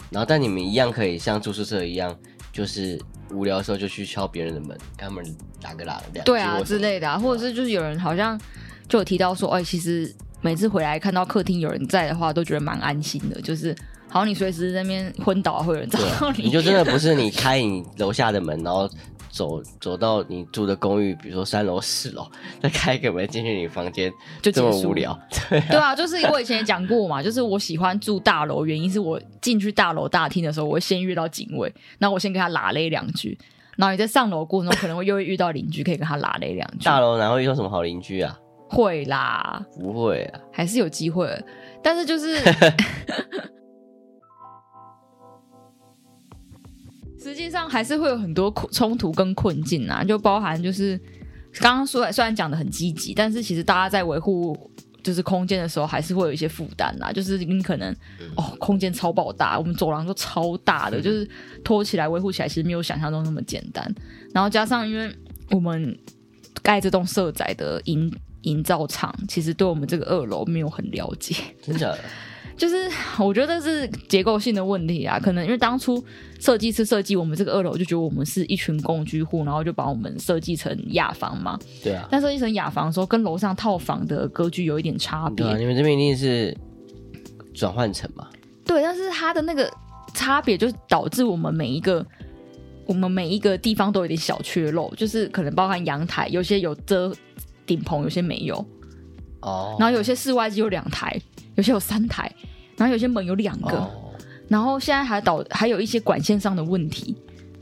[SPEAKER 2] 然后，但你们一样可以像住宿舍一样，就是无聊的时候就去敲别人的门，跟他们打个打两
[SPEAKER 1] 对
[SPEAKER 2] 句
[SPEAKER 1] 啊
[SPEAKER 2] 或什
[SPEAKER 1] 之
[SPEAKER 2] 么
[SPEAKER 1] 类的啊，或者是就是有人好像就有提到说，哎、其实每次回来看到客厅有人在的话，都觉得蛮安心的，就是。好，像你随时在那边昏倒啊，会有人找
[SPEAKER 2] 对啊
[SPEAKER 1] 到
[SPEAKER 2] 你就真的不是你开你楼下的门，然后走走到你住的公寓，比如说三楼、四楼，再开个门进去你房间，
[SPEAKER 1] 就
[SPEAKER 2] 这么
[SPEAKER 1] 结束
[SPEAKER 2] 无聊。
[SPEAKER 1] 对啊，就是我以前也讲过嘛，就是我喜欢住大楼，原因是我进去大楼大厅的时候，我会先遇到警卫，然后我先跟他拉勒两句，然后你在上楼过程中可能会又会遇到邻居，可以跟他拉勒两句，
[SPEAKER 2] 大楼哪会遇到什么好邻居啊？
[SPEAKER 1] 会啦，
[SPEAKER 2] 不会啊，
[SPEAKER 1] 还是有机会，但是就是实际上还是会有很多困冲突跟困境啊，就包含就是刚刚说虽然讲的很积极，但是其实大家在维护。就是空间的时候，还是会有一些负担啦。就是你可能哦，空间超爆大，我们走廊都超大的，就是拖起来维护起来，其实没有想象中那么简单。然后加上，因为我们盖这栋社宅的营营造厂，其实对我们这个二楼没有很了解，
[SPEAKER 2] 真假的？
[SPEAKER 1] 就是我觉得是结构性的问题啊。可能因为当初设计师设计我们这个二楼，就觉得我们是一群共居户，然后就把我们设计成雅房嘛。
[SPEAKER 2] 对啊，
[SPEAKER 1] 但设计成雅房的时候，跟楼上套房的格局有一点差别
[SPEAKER 2] 对。啊，你们这边一定是转换成嘛？
[SPEAKER 1] 对，但是它的那个差别就是导致我们每一个我们每一个地方都有点小缺漏，就是可能包含阳台，有些有遮顶棚，有些没有，
[SPEAKER 2] 哦，
[SPEAKER 1] 然后有些室外机有两台，有些有三台，然后有些门有两个，
[SPEAKER 2] 哦
[SPEAKER 1] 然后现在还导还有一些管线上的问题，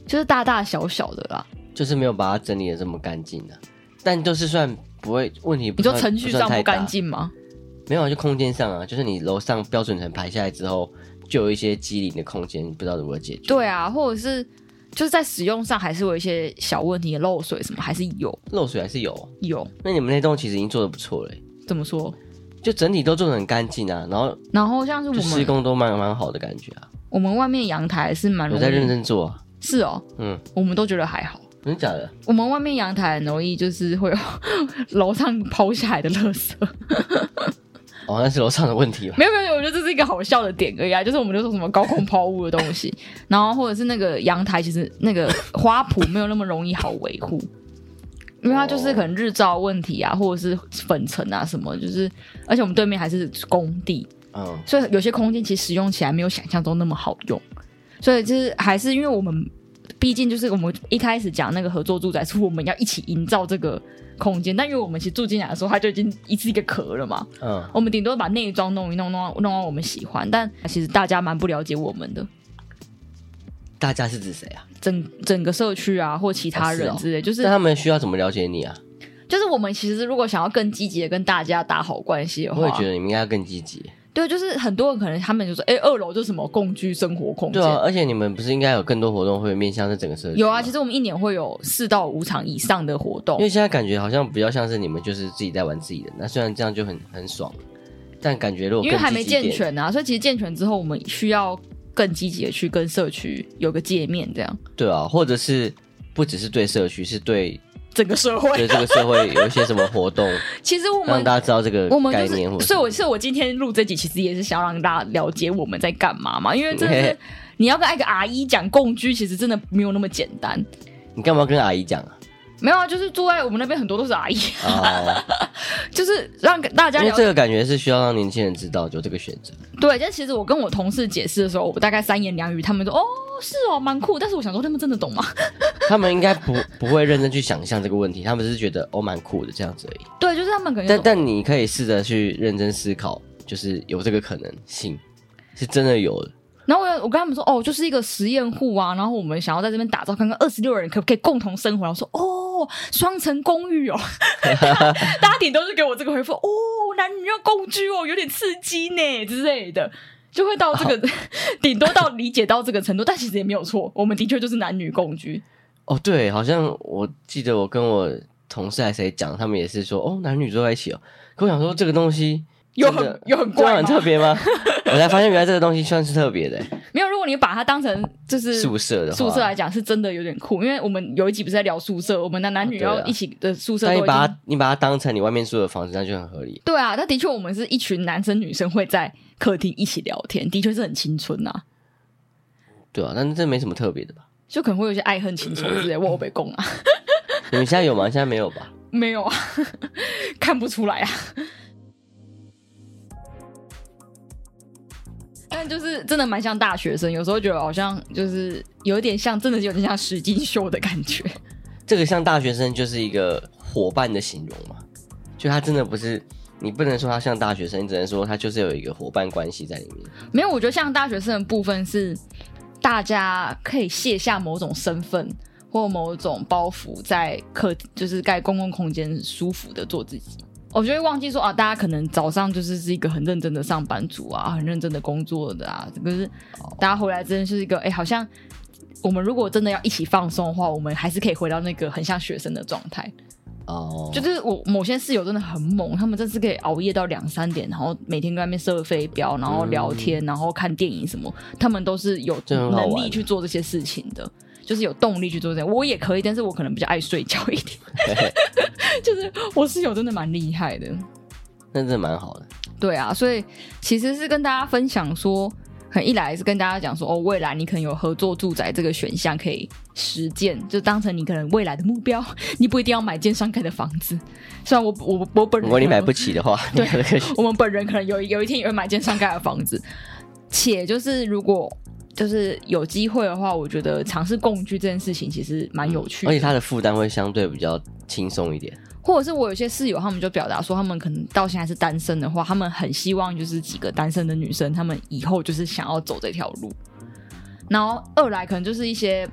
[SPEAKER 1] 就是大大小小的啦。
[SPEAKER 2] 就是没有把它整理的这么干净的，但就是算不会问题不
[SPEAKER 1] 你说
[SPEAKER 2] 算。
[SPEAKER 1] 程序上
[SPEAKER 2] 不
[SPEAKER 1] 不
[SPEAKER 2] 算太大
[SPEAKER 1] 干？净吗？
[SPEAKER 2] 没有啊，就空间上啊，就是你楼上标准层排下来之后，就有一些机灵的空间，不知道如何解决。
[SPEAKER 1] 对啊，或者是就是在使用上还是有一些小问题，漏水什么还是有
[SPEAKER 2] 漏水还是有。
[SPEAKER 1] 有。
[SPEAKER 2] 那你们那栋其实已经做的不错了欸，
[SPEAKER 1] 怎么说？
[SPEAKER 2] 就整体都做的很干净啊，然后
[SPEAKER 1] 然后像是我
[SPEAKER 2] 就施
[SPEAKER 1] 们
[SPEAKER 2] 工都蛮蛮好的感觉啊，
[SPEAKER 1] 我们外面阳台是蛮容
[SPEAKER 2] 有
[SPEAKER 1] 易
[SPEAKER 2] 在认真做啊，
[SPEAKER 1] 是哦，
[SPEAKER 2] 嗯，
[SPEAKER 1] 我们都觉得还好。
[SPEAKER 2] 真的假的？
[SPEAKER 1] 我们外面阳台很容易就是会有 楼上抛下来的垃圾，
[SPEAKER 2] 哦，那是楼上的问 题吧？
[SPEAKER 1] 没有没有，我觉得这是一个好笑的点而已啊， 就是我们就说什么高空抛物的东西， 然后或者是那个阳台，其实那个花圃没有那么容易好维护，因为它就是可能日照问题啊，或者是粉尘啊什么，就是而且我们对面还是工地，
[SPEAKER 2] 嗯，
[SPEAKER 1] 所以有些空间其实使用起来没有想象中那么好用，所以就是还是因为我们毕竟就是我们一开始讲那个合作住宅是我们要一起营造这个空间，但因为我们其实住进来的时候它就已经一次一个壳了嘛，
[SPEAKER 2] 嗯，
[SPEAKER 1] 我们顶多把内装弄一弄，弄到弄到我们喜欢，但其实大家蛮不了解我们的。
[SPEAKER 2] 大家是指谁啊？
[SPEAKER 1] 整整个社区啊，或其他人
[SPEAKER 2] 哦是哦
[SPEAKER 1] 之类，就是
[SPEAKER 2] 那他们需要怎么了解你啊？
[SPEAKER 1] 就是我们其实如果想要更积极的跟大家打哦好啊关系的
[SPEAKER 2] 我也
[SPEAKER 1] 话
[SPEAKER 2] 觉，得你们应该要更积极。
[SPEAKER 1] 对，就是很多人可能他们就说，哎、二楼就是什么共居生活空间，
[SPEAKER 2] 对啊，而且你们不是应该有更多活动会面向这整个社区？
[SPEAKER 1] 有啊，其，实我们一年会有四到五场以上的活动
[SPEAKER 2] 因，为现在感觉好像比较像是你们就是自己在玩自己的，那虽然这样就很很爽，但感觉如果
[SPEAKER 1] 因为还
[SPEAKER 2] 更
[SPEAKER 1] 没
[SPEAKER 2] 积极一
[SPEAKER 1] 健
[SPEAKER 2] 点，
[SPEAKER 1] 全啊，所以其实健全之后，我们需要更积极的去跟社区有个界面，这样
[SPEAKER 2] 对啊，或者是不只是对社区，是对
[SPEAKER 1] 整个社会。
[SPEAKER 2] 对这个社会有一些什么活动，
[SPEAKER 1] 其实 我
[SPEAKER 2] 让
[SPEAKER 1] 们
[SPEAKER 2] 大家知道这个
[SPEAKER 1] 我们
[SPEAKER 2] 概
[SPEAKER 1] 就
[SPEAKER 2] 念或者
[SPEAKER 1] 是，
[SPEAKER 2] 什
[SPEAKER 1] 所以
[SPEAKER 2] 么
[SPEAKER 1] 我是我今天录这集，其实也是想要让大家了解我们在干嘛嘛，因为真的是你要跟一个阿姨讲共居，其实真的没有那么简单。
[SPEAKER 2] 你干嘛要跟阿姨讲啊？
[SPEAKER 1] 没有啊，就是住在我们那边很多都是阿姨，
[SPEAKER 2] 啊，
[SPEAKER 1] 就是让大家
[SPEAKER 2] 因为
[SPEAKER 1] 了
[SPEAKER 2] 这
[SPEAKER 1] 解。
[SPEAKER 2] 个感觉是需要让年轻人知道有这个选择。
[SPEAKER 1] 对，但其实我跟我同事解释的时候，我大概三言两语，他们说哦是哦蛮酷，但是我想说他们真的懂吗？
[SPEAKER 2] 他们应该不不会认真去想象这个问题，他们只是觉得哦蛮酷的这样子而已。
[SPEAKER 1] 对，就是他们可能
[SPEAKER 2] 但但你可以试着去认真思考，就是有这个可能性，是真的有的。
[SPEAKER 1] 然后我有我跟他们说，哦，就是一个实验户啊，然后我们想要在这边打造，看看二十六人可不可以共同生活。然后说，哦，双层公寓哦， 大家顶多是给我这个回复，哦，男女要共居哦，有点刺激呢之类的。就会到这个，顶多到理解到这个程度，但其实也没有错。我们的确就是男女共居，
[SPEAKER 2] 哦，对，好像我记得我跟我同事还谁讲，他们也是说哦男女住在一起哦。可我想说这个东西
[SPEAKER 1] 有
[SPEAKER 2] 真的
[SPEAKER 1] 很有很
[SPEAKER 2] 这样
[SPEAKER 1] 怪
[SPEAKER 2] 很
[SPEAKER 1] 吗
[SPEAKER 2] 特 别吗？我才发现原来这个东西算是特别的欸
[SPEAKER 1] 没有，如果你把它当成就是
[SPEAKER 2] 宿舍的话
[SPEAKER 1] 宿舍来讲，是真的有点酷。因为我们有一集不是在聊宿舍，我们的男女
[SPEAKER 2] 对啊
[SPEAKER 1] 要一起的宿舍
[SPEAKER 2] 但
[SPEAKER 1] 都
[SPEAKER 2] 你
[SPEAKER 1] 已经
[SPEAKER 2] 把它你把它当成你外面住的房子，那就很合理。
[SPEAKER 1] 对啊，但的确我们是一群男生女生会在客厅一起聊天，的确是很青春呐、
[SPEAKER 2] 对啊，但是这没什么特别的吧？
[SPEAKER 1] 就可能会有一些爱恨情仇之类，我被供啊，
[SPEAKER 2] 你们现在有吗？现在没有吧？
[SPEAKER 1] 没有啊， 看不出来啊。但就是真的蛮像大学生，有时候觉得好像就是有一点像，真的是有点像石金秀的感觉。
[SPEAKER 2] 这个像大学生就是一个伙伴的形容嘛，就他真的不是，你不能说他像大学生，你只能说他就是有一个伙伴关系在里面。
[SPEAKER 1] 没有，我觉得像大学生的部分是大家可以卸下某种身份或某种包袱，在客就是在公共空间舒服的做自己。我就会忘记说啊，大家可能早上就是是一个很认真的上班族啊，很认真的工作的啊，可是大家回来真的是一个哎、好像我们如果真的要一起放松的话，我们还是可以回到那个很像学生的状态。
[SPEAKER 2] 哦，
[SPEAKER 1] 就是我某些室友真的很猛，他们真是可以熬夜到两三点，然后每天跟外面射飞镖，然后聊天，然后看电影什么，他们都是有
[SPEAKER 2] 嗯这很好玩
[SPEAKER 1] 能力去做这些事情的，就是有动力去做这些。我也可以，但是我可能比较爱睡觉一 点。就是我室友真的蛮厉害的，
[SPEAKER 2] 那真的蛮好的。
[SPEAKER 1] 对啊，所以其实是跟大家分享说，很一来是跟大家讲说，哦，未来你可能有合作住宅这个选项可以实践，就当成你可能未来的目标，你不一定要买建商盖的房子。虽然我我我本人
[SPEAKER 2] 如果你
[SPEAKER 1] 可能
[SPEAKER 2] 买不起的话，你
[SPEAKER 1] 对
[SPEAKER 2] 可能可以
[SPEAKER 1] 我们本人可能有有一天也会买间上盖的房子。且就是如果就是有机会的话，我觉得尝试共居这件事情其实蛮有趣
[SPEAKER 2] 而且
[SPEAKER 1] 的。
[SPEAKER 2] 他的负担会相对比较轻松一点。
[SPEAKER 1] 或者是我有些室友，他们就表达说，他们可能到现在是单身的话，他们很希望就是几个单身的女生，他们以后就是想要走这条路。然后二来可能就是一些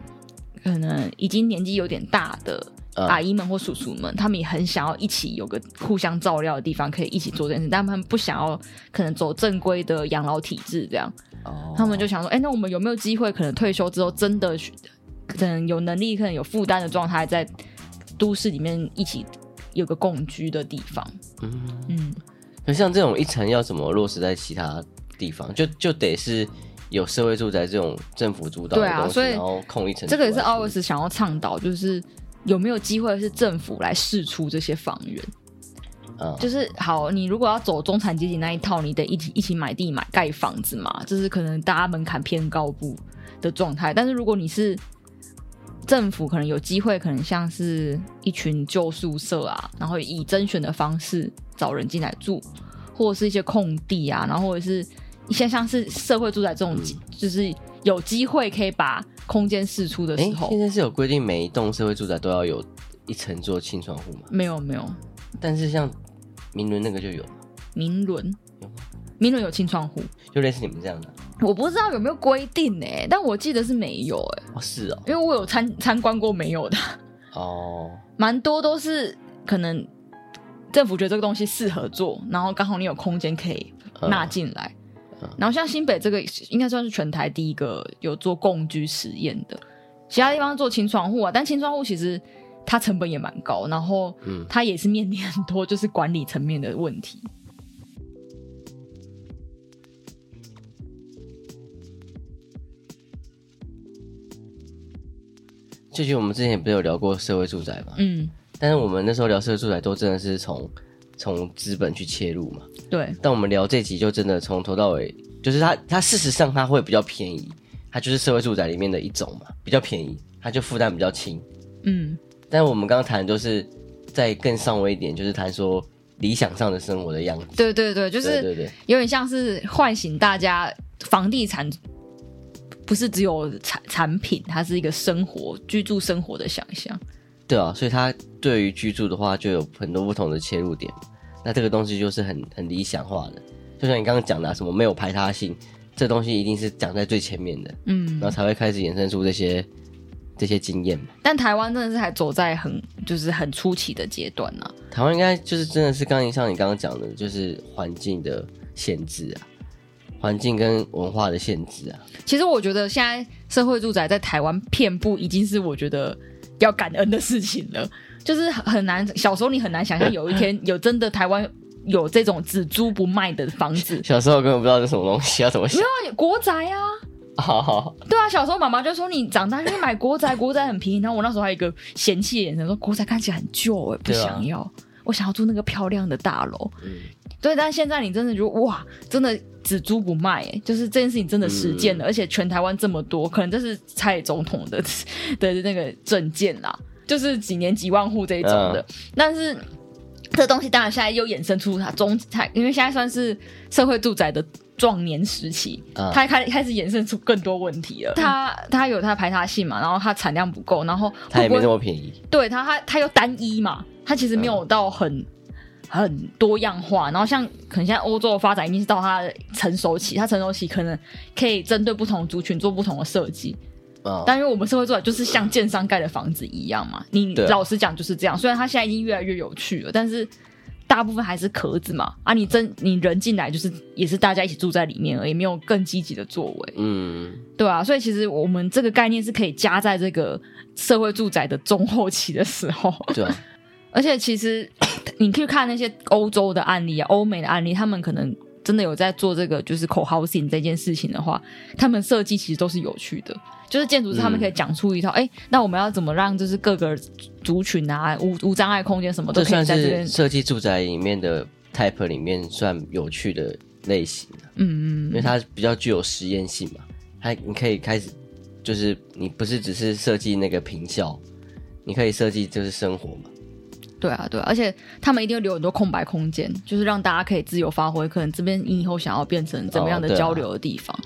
[SPEAKER 1] 可能已经年纪有点大的
[SPEAKER 2] 嗯
[SPEAKER 1] 阿姨们或叔叔们，他们也很想要一起有个互相照料的地方，可以一起做这件事，但他们不想要可能走正规的养老体制这样，
[SPEAKER 2] 哦
[SPEAKER 1] 他们就想说，哎、那我们有没有机会可能退休之后真的去可能有能力、可能有负担的状态，在都市里面一起有个共居的地方？
[SPEAKER 2] 嗯，
[SPEAKER 1] 嗯，
[SPEAKER 2] 可像这种一层要怎么落实在其他地方，就就得是有社会住宅这种政府主导
[SPEAKER 1] 对
[SPEAKER 2] 的
[SPEAKER 1] 啊
[SPEAKER 2] 东西，
[SPEAKER 1] 所以
[SPEAKER 2] 然后空一层出
[SPEAKER 1] 这
[SPEAKER 2] 来。
[SPEAKER 1] 个也是哦 always 想要倡导，就是有没有机会是政府来试出这些房源。
[SPEAKER 2] 嗯，
[SPEAKER 1] 就是好，你如果要走中产阶级那一套，你得一起一起买地买盖房子嘛，就是可能大家门槛偏高不的状态。但是如果你是政府，可能有机会，可能像是一群旧宿舍啊，然后以甄选的方式找人进来住，或者是一些空地啊，然后或者是一些像是社会住宅这种，
[SPEAKER 2] 嗯
[SPEAKER 1] 就是有机会可以把空间释出的
[SPEAKER 2] 哎
[SPEAKER 1] 时，候
[SPEAKER 2] 现，在是有规定每一栋社会住宅都要有一层做轻窗户嘛？
[SPEAKER 1] 没有没有
[SPEAKER 2] 但是像明伦那个就有，
[SPEAKER 1] 明伦
[SPEAKER 2] 有吗，
[SPEAKER 1] 明伦有清窗户。
[SPEAKER 2] 就类似你们这样的。
[SPEAKER 1] 我不知道有没有规定哎、但我记得是没有哎、
[SPEAKER 2] 哦，是哦，
[SPEAKER 1] 因为我有参参观过没有的，
[SPEAKER 2] 哦，
[SPEAKER 1] 蛮多都是可能政府觉得这个东西适合做，然后刚好你有空间可以纳进来。然后像新北这个，应该算是全台第一个有做共居实验的，其他地方做清窗户啊，但清窗户其实它成本也蛮高，然后
[SPEAKER 2] 嗯
[SPEAKER 1] 它也是面临很多就是管理层面的问题。
[SPEAKER 2] 就其实我们之前也不是有聊过社会住宅嘛，
[SPEAKER 1] 嗯，
[SPEAKER 2] 但是我们那时候聊社会住宅都真的是从从资本去切入嘛。
[SPEAKER 1] 对，
[SPEAKER 2] 但我们聊这集就真的从头到尾，就是它它事实上它会比较便宜，它就是社会住宅里面的一种嘛，比较便宜，它就负担比较轻。
[SPEAKER 1] 嗯，
[SPEAKER 2] 但我们刚刚谈的都是在更上位一点，就是谈说理想上的生活的样子。
[SPEAKER 1] 对对对，就是
[SPEAKER 2] 对对对，
[SPEAKER 1] 有点像是唤醒大家，房地产不是只有产产品，它是一个生活居住生活的想象。
[SPEAKER 2] 对啊，所以它对于居住的话，就有很多不同的切入点。那这个东西就是很很理想化的，就像你刚刚讲的啊、什么没有排他性，这东西一定是讲在最前面的，
[SPEAKER 1] 嗯
[SPEAKER 2] 然，后才会开始衍生出这些这些经验嘛。
[SPEAKER 1] 但台湾真的是还走在很就是很初期的阶段啊呢、
[SPEAKER 2] 台湾应该就是真的是刚才像你刚刚讲的，就是环境的限制啊，环境跟文化的限制啊。。
[SPEAKER 1] 其实我觉得现在社会住宅在台湾遍布，已经是我觉得要感恩的事情了。就是很难，小时候你很难想象有一天有真的台湾有这种只租不卖的房子
[SPEAKER 2] 小时候根本不知道是什么东西，要怎么想
[SPEAKER 1] 没。有啊，国宅啊，
[SPEAKER 2] 好好，
[SPEAKER 1] 对啊，小时候妈妈就说你长大就去买国宅，国宅很便宜。然后 我那时候还有一个嫌弃的眼神，说国宅看起来很旧、欸，不
[SPEAKER 2] 对啊
[SPEAKER 1] 想要，我想要住那个漂亮的大楼。
[SPEAKER 2] 嗯
[SPEAKER 1] 对，但现在你真的觉得哇，真的只租不卖、欸，就是这件事情真的实践
[SPEAKER 2] 嗯
[SPEAKER 1] 了，而且全台湾这么多，可能这是蔡总统的 的那个证件啦，就是几年几万户这一种的，
[SPEAKER 2] 嗯
[SPEAKER 1] 但是。这东西当然现在又衍生出它中产，因为现在算是社会住宅的壮年时期，
[SPEAKER 2] 嗯
[SPEAKER 1] 他开开始衍生出更多问题了。他他有他排他性嘛，然后他产量不够，然后
[SPEAKER 2] 它
[SPEAKER 1] 会
[SPEAKER 2] 也
[SPEAKER 1] 不
[SPEAKER 2] 没
[SPEAKER 1] 会
[SPEAKER 2] 那么便宜。
[SPEAKER 1] 对它，它它又单一嘛，它其实没有到很、
[SPEAKER 2] 嗯
[SPEAKER 1] 很多样化。然后像可能现在欧洲的发展已经是到它的成熟期，它成熟期可能可以针对不同族群做不同的设计。
[SPEAKER 2] 嗯，
[SPEAKER 1] 但因为我们社会做的就是像建商盖的房子一样嘛，你
[SPEAKER 2] 对啊
[SPEAKER 1] 老实讲就是这样。虽然它现在已经越来越有趣了，但是。大部分还是壳子嘛，啊，你真你人进来就是也是大家一起住在里面而已，没有更积极的作为。
[SPEAKER 2] 嗯，
[SPEAKER 1] 对啊，所以其实我们这个概念是可以加在这个社会住宅的中后期的时候，
[SPEAKER 2] 对啊，
[SPEAKER 1] 而且其实你可以看那些欧洲的案例啊、欧美的案例，他们可能真的有在做这个就是 co-housing 这件事情的话，他们设计其实都是有趣的。就是建筑师他们
[SPEAKER 2] 嗯
[SPEAKER 1] 可以讲出一套，哎、那我们要怎么让就是各个族群啊
[SPEAKER 2] 嗯
[SPEAKER 1] 无无障碍空间什么都
[SPEAKER 2] 这
[SPEAKER 1] 可以
[SPEAKER 2] 算
[SPEAKER 1] 在这边
[SPEAKER 2] 是，设计住宅里面的 type 里面算有趣的类型，啊
[SPEAKER 1] 嗯
[SPEAKER 2] 因为它比较具有实验性嘛。它你可以开始，就是你不是只是设计那个平效，你可以设计就是生活嘛。
[SPEAKER 1] 对啊，对啊，而且他们一定会留很多空白空间，就是让大家可以自由发挥，可能这边你以后想要变成怎么样的
[SPEAKER 2] 哦对啊
[SPEAKER 1] 交流的地方，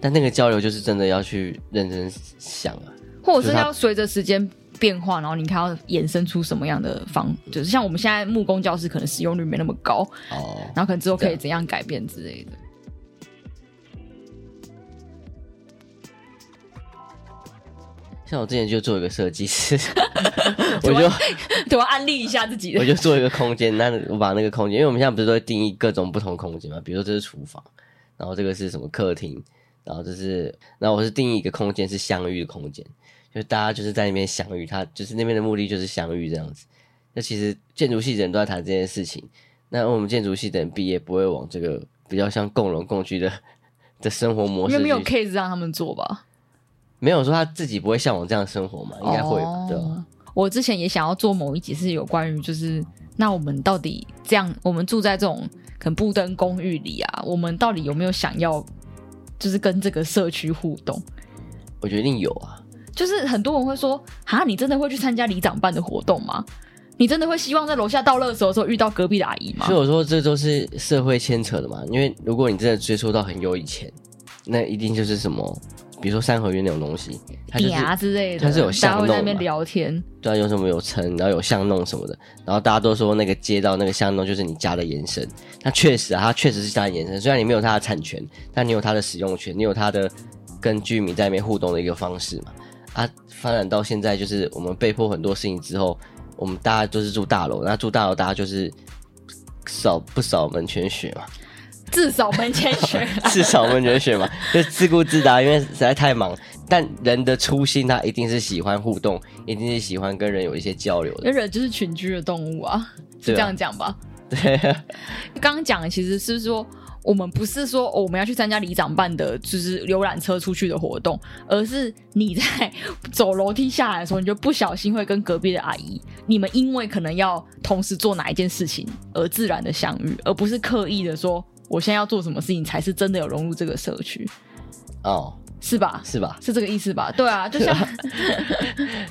[SPEAKER 2] 但那个交流就是真的要去认真想啊。
[SPEAKER 1] 或者
[SPEAKER 2] 就是是它
[SPEAKER 1] 要随着时间变化，然后你看要衍生出什么样的方，就是像我们现在木工教室可能使用率没那么高，
[SPEAKER 2] 哦，
[SPEAKER 1] 然后可能之后可
[SPEAKER 2] 对
[SPEAKER 1] 以
[SPEAKER 2] 啊
[SPEAKER 1] 怎样改变之类的。
[SPEAKER 2] 像我之前就做一个设计 师，我就
[SPEAKER 1] 对，我要安利一下自己
[SPEAKER 2] 我
[SPEAKER 1] 的。
[SPEAKER 2] 就做一个空间，那我把那个空间，因为我们现在不是都会定义各种不同空间嘛，比如说这是厨房，然后这个是什么客厅，然后这是，然后我是定义一个空间是相遇的空间，就是大家就是在那边相遇，他就是那边的目的就是相遇这样子。那其实建筑系的人都在谈这件事情，那我们建筑系的人毕业不会往这个比较像共荣共居的的生活模
[SPEAKER 1] 因
[SPEAKER 2] 式
[SPEAKER 1] 为没有
[SPEAKER 2] 去
[SPEAKER 1] case 让他们做吧，
[SPEAKER 2] 没有说他自己不会向往这样的生活嘛，应该会吧，对吧？
[SPEAKER 1] 哦我之前也想要做某一集是有关于，就是那我们到底这样，我们住在这种可能布登公寓里啊，我们到底有没有想要，就是跟这个社区互动？
[SPEAKER 2] 我觉得一定有啊，
[SPEAKER 1] 就是很多人会说，啊，你真的会去参加里长办的活动吗？你真的会希望在楼下倒垃圾的时候遇到隔壁的阿姨吗
[SPEAKER 2] 所以？我说这都是社会牵扯的嘛。因为如果你真的追溯到很久以前，那一定就是什么，比如说三合院那种东西，它就是
[SPEAKER 1] 嗲之类的，
[SPEAKER 2] 它是有
[SPEAKER 1] 大家
[SPEAKER 2] 巷
[SPEAKER 1] 会在
[SPEAKER 2] 弄
[SPEAKER 1] 那边
[SPEAKER 2] 嘛
[SPEAKER 1] 聊天，
[SPEAKER 2] 对啊，有什么有城，然后有巷弄什么的，然后大家都说那个街道那个巷弄就是你家的延伸。它确实啊，它确实是家的延伸，虽然你没有它的产权，但你有它的使用权，你有它的跟居民在那边互动的一个方式嘛。啊，发展到现在就是我们被迫很多事情之后，我们大家都是住大楼，那住大楼大家就是少不少门前雪嘛，
[SPEAKER 1] 至少门前雪。
[SPEAKER 2] 至少门前雪嘛，就自顾自答、因为实在太忙。但人的初心，他一定是喜欢互动，一定是喜欢跟人有一些交流的
[SPEAKER 1] 因。为人就是群居的动物啊，是
[SPEAKER 2] 对啊
[SPEAKER 1] 这样讲吧？
[SPEAKER 2] 对，啊
[SPEAKER 1] 刚刚讲的其实是说，我们不是说、哦我们要去参加里长办的，就是游览车出去的活动，而是你在 走楼梯下来的时候，你就不小心会跟隔壁的阿姨，你们因为可能要同时做哪一件事情而自然的相遇，而不是刻意的说我现在要做什么事情才是真的有融入这个社区，
[SPEAKER 2] 哦，
[SPEAKER 1] 是吧？
[SPEAKER 2] 是吧？
[SPEAKER 1] 是这个意思吧？对啊，就像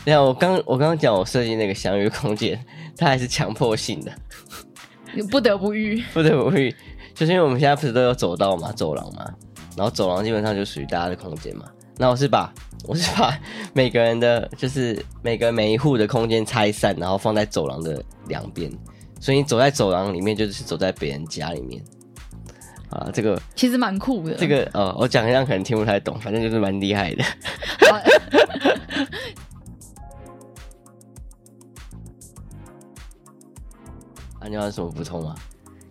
[SPEAKER 2] 对啊，我刚我刚刚讲我设计那个相遇空间，它还是强迫性的，啊
[SPEAKER 1] 不得不遇，
[SPEAKER 2] 不得不去，就是因为我们现在不是都有走道嘛、走廊嘛，然后走廊基本上就属于大家的空间嘛。那我是把我是把每个人的，就是每个每一户的空间拆散，然后放在走廊的两边，所以你走在走廊里面，就是走在别人家里面。啊，这个
[SPEAKER 1] 其实蛮酷的。
[SPEAKER 2] 这个呃，我讲一样可能听不太懂，反正就是蛮厉害的。
[SPEAKER 1] 好
[SPEAKER 2] 啊，你要有什么补充吗？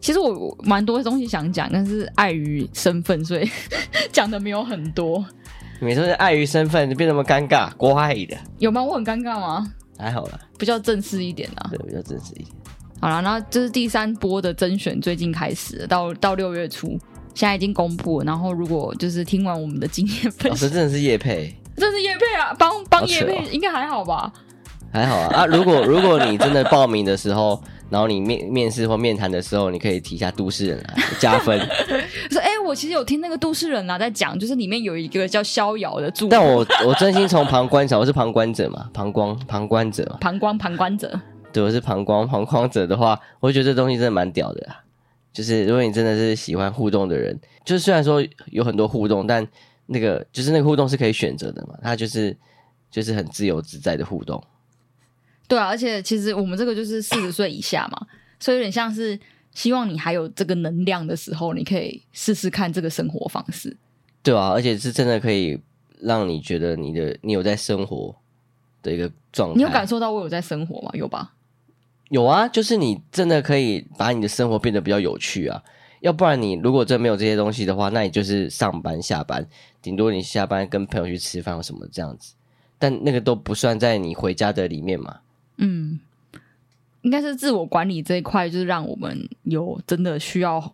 [SPEAKER 1] 其实我我蛮多东西想讲，但是碍于身份，所以 讲的没有很多。
[SPEAKER 2] 你每次都是碍于身份变那么尴尬，怪的，
[SPEAKER 1] 有吗？我很尴尬吗？
[SPEAKER 2] 还好啦，
[SPEAKER 1] 比较正式一点啊。
[SPEAKER 2] 对，比较真实一点。
[SPEAKER 1] 好啦，那这是第三波的甄选，最近开始了到到六月初，现在已经公布了。然后如果就是听完我们的经验分
[SPEAKER 2] 老
[SPEAKER 1] 享，
[SPEAKER 2] 师真的是叶配，
[SPEAKER 1] 这是叶配啊，帮帮
[SPEAKER 2] 哦好扯
[SPEAKER 1] 叶配
[SPEAKER 2] 哦
[SPEAKER 1] 应该还好吧？
[SPEAKER 2] 还好啊。啊，如果如果你真的报名的时候，然后你面面试或面谈的时候，你可以提一下都市人来加 分。
[SPEAKER 1] 说哎、我其实有听那个都市人啊在讲，就是里面有一个叫逍遥的住户，
[SPEAKER 2] 但我我真心从旁观者，我是旁观者嘛，旁观旁观者嘛，
[SPEAKER 1] 旁观旁观者，
[SPEAKER 2] 对，我是旁观旁观者的话，我会觉得这东西真的蛮屌的啊。就是如果你真的是喜欢互动的人，就是虽然说有很多互动，但那个就是那个互动是可以选择的嘛，它就是就是很自由自在的互动。
[SPEAKER 1] 对啊，而且其实我们这个就是四十岁以下嘛，所以有点像是希望你还有这个能量的时候，你可以试试看这个生活方式。
[SPEAKER 2] 对啊，而且是真的可以让你觉得你的你有在生活的一个状态。
[SPEAKER 1] 你有感受到我有在生活吗？有吧？
[SPEAKER 2] 有啊，就是你真的可以把你的生活变得比较有趣啊。要不然你如果真没有这些东西的话，那你就是上班下班，顶多你下班跟朋友去吃饭或什么这样子，但那个都不算在你回家的里面嘛。
[SPEAKER 1] 嗯，应该是自我管理这一块，就是让我们有真的需要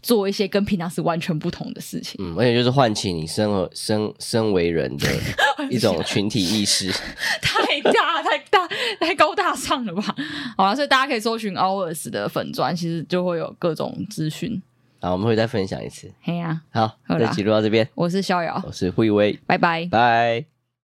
[SPEAKER 1] 做一些跟平常时完全不同的事情。
[SPEAKER 2] 嗯，而且就是唤起你身而身身为人的一种群体 意识。
[SPEAKER 1] 太大太大太高大上了吧？好了，所以大家可以搜寻 Hours 的粉砖，其实就会有各种资讯。
[SPEAKER 2] 好，我们会再分享一次。
[SPEAKER 1] 嘿呀、
[SPEAKER 2] 好，
[SPEAKER 1] 好啦
[SPEAKER 2] 这集录到这边，
[SPEAKER 1] 我是逍遥，
[SPEAKER 2] 我是慧威，
[SPEAKER 1] 拜拜。
[SPEAKER 2] 拜。